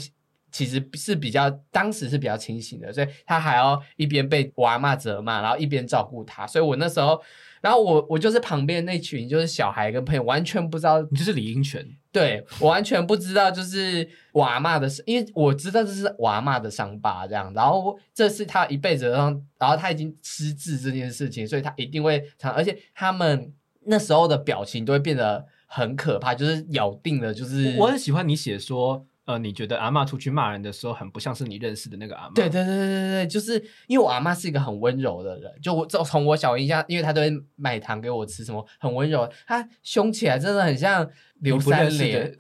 其实是比较当时是比较清醒的，所以他还要一边被我阿嬷责骂，然后一边照顾他。所以我那时候，然后我我就是旁边那群就是小孩跟朋友，完全不知道你就是李英权，对我完全不知道，就是我阿嬷的事，因为我知道这是我阿嬷的伤疤这样，然后我这是他一辈子的伤，然后他已经失智这件事情，所以他一定会常，而且他们那时候的表情都会变得很可怕，就是咬定了，就是我很喜欢你写说，呃，你觉得阿嬷出去骂人的时候，很不像是你认识的那个阿嬷。对对对对对对，就是因为我阿妈是一个很温柔的人，就我就从我小印象，因为她都会买糖给我吃，什么很温柔，她凶起来真的很像刘不认三识的连。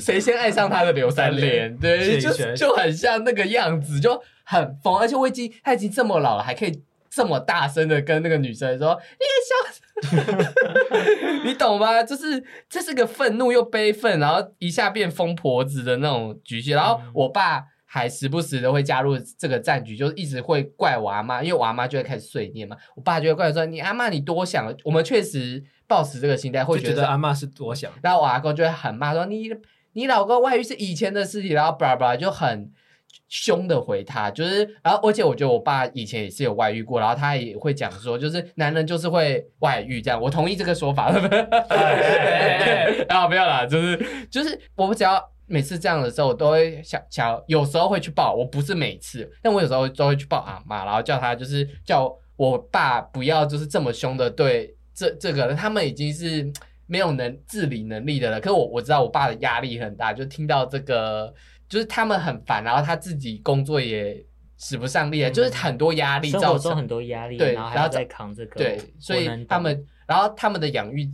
谁先爱上他的刘三连？对，谢就谢就很像那个样子，就很疯。而且我已经他已经这么老了，还可以这么大声的跟那个女生说：“你个 [laughs] 小，你懂吗？就是这是个愤怒又悲愤，然后一下变疯婆子的那种局势。然后嗯我爸还时不时的会加入这个战局，就是一直会怪我阿妈，因为我阿妈就会开始碎念嘛。我爸就会怪说：“你阿妈你多想了。”我们确实抱持这个心态，会就觉觉得得阿嬷是多想。然后我阿公就会很骂说你你老公外遇是以前的事情，然后巴拉巴拉就很凶的回他，就是然后而且我觉得我爸以前也是有外遇过，然后他也会讲说就是男人就是会外遇这样，我同意这个说法， [laughs] 啊没有啦，就是就是我只要。每次这样的时候，我都会想想，有时候会去啊抱，我不是每次，但我有时候都会去抱阿妈，然后叫他就是叫我爸不要就是这么凶的对这这个人，他们已经是没有能自理能力的了。可是我我知道我爸的压力很大，就听到这个就是他们很烦，然后他自己工作也使不上力啊，嗯就是很多压力生造活中成。很多压力，对然后还然要后再扛这个，对，所我以能他懂们，然后他们的养育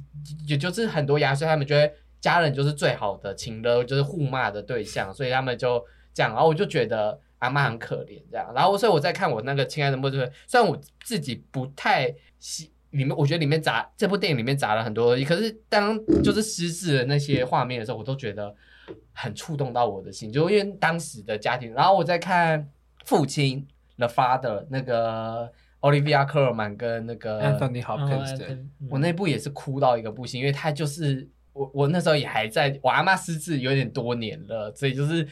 也就是很多压力，所以他们觉得家人就是最好的情了，就是互骂的对象，所以他们就这样。然后我就觉得阿啊妈啊很可怜这样。然后所以我在看我那个《亲爱的莫斯科》，虽然我自己不太喜。里面我觉得里面砸这部电影里面砸了很多东西，可是当就是失智的那些画面的时候，我都觉得很触动到我的心，就因为当时的家庭。然后我在看《父亲》The Father 那个 Olivia c u r m a n 跟那个 Anthony 哦 Hopkins 的，嗯我那部也是哭到一个不行，因为他就是我，我那时候也还在，我阿妈失智有点多年了，所以就是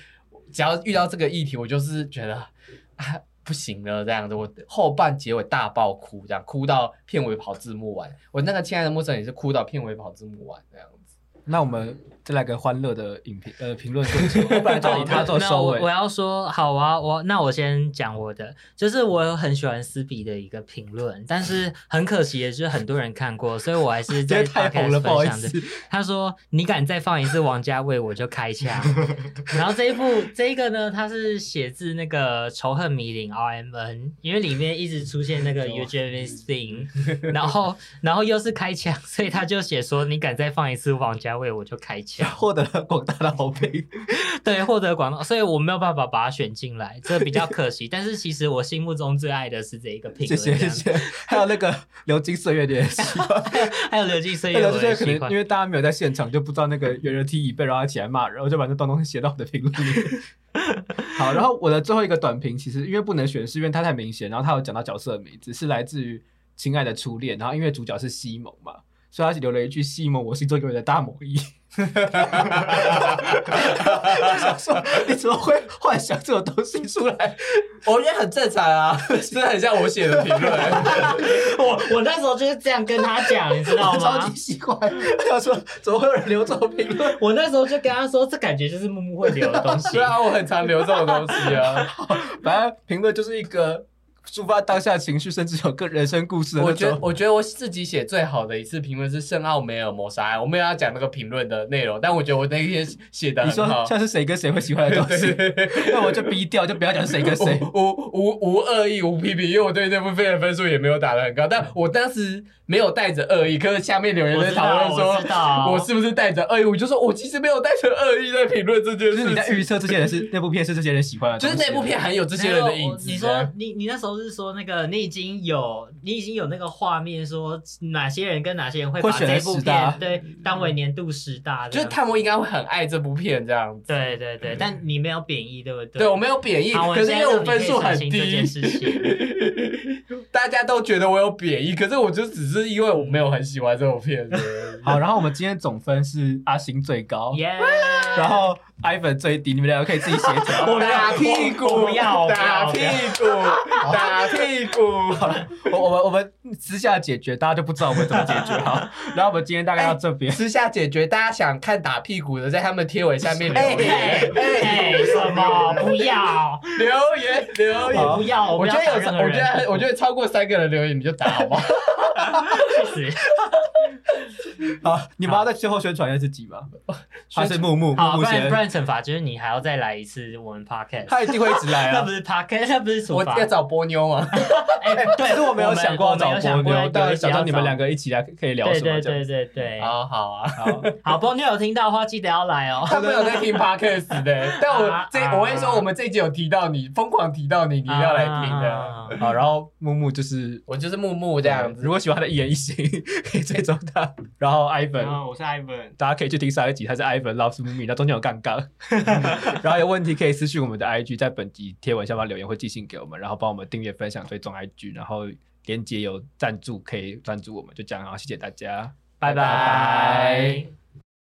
只要遇到这个议题，我就是觉得啊不行了这样子。我后半结尾大爆哭，这样哭到片尾跑字幕完。我那个亲爱的陌生人也是哭到片尾跑字幕完这样子。那我们再来个欢乐的影评呃评论作者，我本来就以他做没有收我尾我。要说好啊，我那我先讲我的，就是我很喜欢斯比的一个评论，但是很可惜的就是很多人看过，所以我还是因为在太红了， podcast 不好意分享思的。。他说：“你敢再放一次王家卫，我就开 [laughs] 枪。”然后这一部这一个呢，它是写自那个《仇恨迷林》RMN，因为里面一直出现 [laughs] 那个 Eugene Sting，然后然后又是开枪，所以他就写说：“你敢再放一次王家卫，我就开枪。”获得了广大的好评，对，获得广告，所以我没有办法把它选进来，这比较可 [laughs] 惜。但是其实我心目中最爱的是这一个评谢论，谢谢谢。还有那个流金岁月的也喜欢，还有刘静生那也流我金岁很月可能喜欢因。为大家没有在现场，就不知道那个圆人踢椅背，然后他起来骂人，然后就把那段东西写到我的评论里 [laughs] 面。好，然后我的最后一个短评，其实因为不能选，是因为它太明显，然后它有讲到角色的名字，是来自于《亲爱的初恋》，然后因为主角是西蒙嘛，所以他留了一句“西蒙，我心中有你的大魔一”。我想说，你怎么会幻想这种东西出来？我觉得很正常啊， [laughs] 真的很像我写的评 [laughs] 论。我我那时候就是这样跟他讲，你知道我 [laughs] 超吗级？喜欢，我想说，怎么会有人留这种评论？我那时候就跟他说，这感觉就是木木会留的东西 [laughs] 对。啊，我很常留这种东西啊。 [laughs] 反正评论就是一个抒发当下情绪，甚至有个人生故事的我那觉得种。我觉得我自己写最好的一次评论是圣奥梅尔谋杀案，我没有要讲那个评论的内容，但我觉得我那天写的你很好说。像是谁跟谁会喜欢的东西， [laughs] 那我就逼掉，就不要讲谁跟谁。无无无无恶意无批评，因为我对这部片的分数也没有打得很高，但我当时没有带着恶意。可是下面有人我在知讨道，论我说知，道，我是不是带着恶意？我就说我其实没有带着恶意在评论这件就是你事在情，预测这些人是那部片是这些人喜欢的就东是西，那部片含有这些人的影子。啊你这说样你你那时候都是说那个你已经有你已经有那个画面，说哪些人跟哪些人会会把选这在部十大片对当为年度十大的，就是探母应该会很爱这部片这样子。对对对，但你没有贬义，对不对？对，我没有贬义，好，可是因为我我分数很这低件，事情。 [laughs] 大家都觉得我有贬义，可是我就只是因为我没有很喜欢这部片而已。好，然后我们今天总分是阿星最高， [laughs] 耶！然后 Ivan 最低，你们两个可以自己协调。 [laughs] 我打屁股，我不要我不要打屁股，打屁股。好了，我我们我们私下解决，大家就不知道我们怎么解决好。然后我们今天大概到这边，私下解决，大家想看打屁股的，在他们贴文下面留哎言，哎，什么？不要！留言留言好。不要！哎我不觉要得有，打任何我觉人得我觉得超过三个人留言你就打好不好？ [laughs] 去死！好，你们要在最后宣传一下自己吧。他是木木木好，木不然先不，然惩罚就是你还要再来一次我们 [laughs] podcast。他一定会一直来那啊不。是 podcast，那不是处哎我罚要。找波妞吗？ [laughs] 哎，对，可是我没有们想过要我找没有波想过妞，有但一集想要到你们找两个一起来可以聊对什么对这样对子。对对。好好啊。好，好，波妞有听到的话，记得要来哦。他没有在听 podcast 的、 [laughs] 但我啊这啊我会说，我们这一集有提到你，疯狂提到你， [laughs] 你一定要来听的。啊。好，然后木木就是我就是木木这样子如，果喜欢他的一言一行，可以追踪他。然后 Ivan，然啊后我是 Ivan，大家可以去听上一集，他是 Ivan loves movie，那中间有杠 [laughs] 杠，然后有问题可以私信我们的 IG，在本集贴文下方留言或寄信给我们，然后帮我们订阅、分享、追踪 IG，然后连接有赞助可以赞助我们，就这样，然后谢谢大家，拜拜拜拜。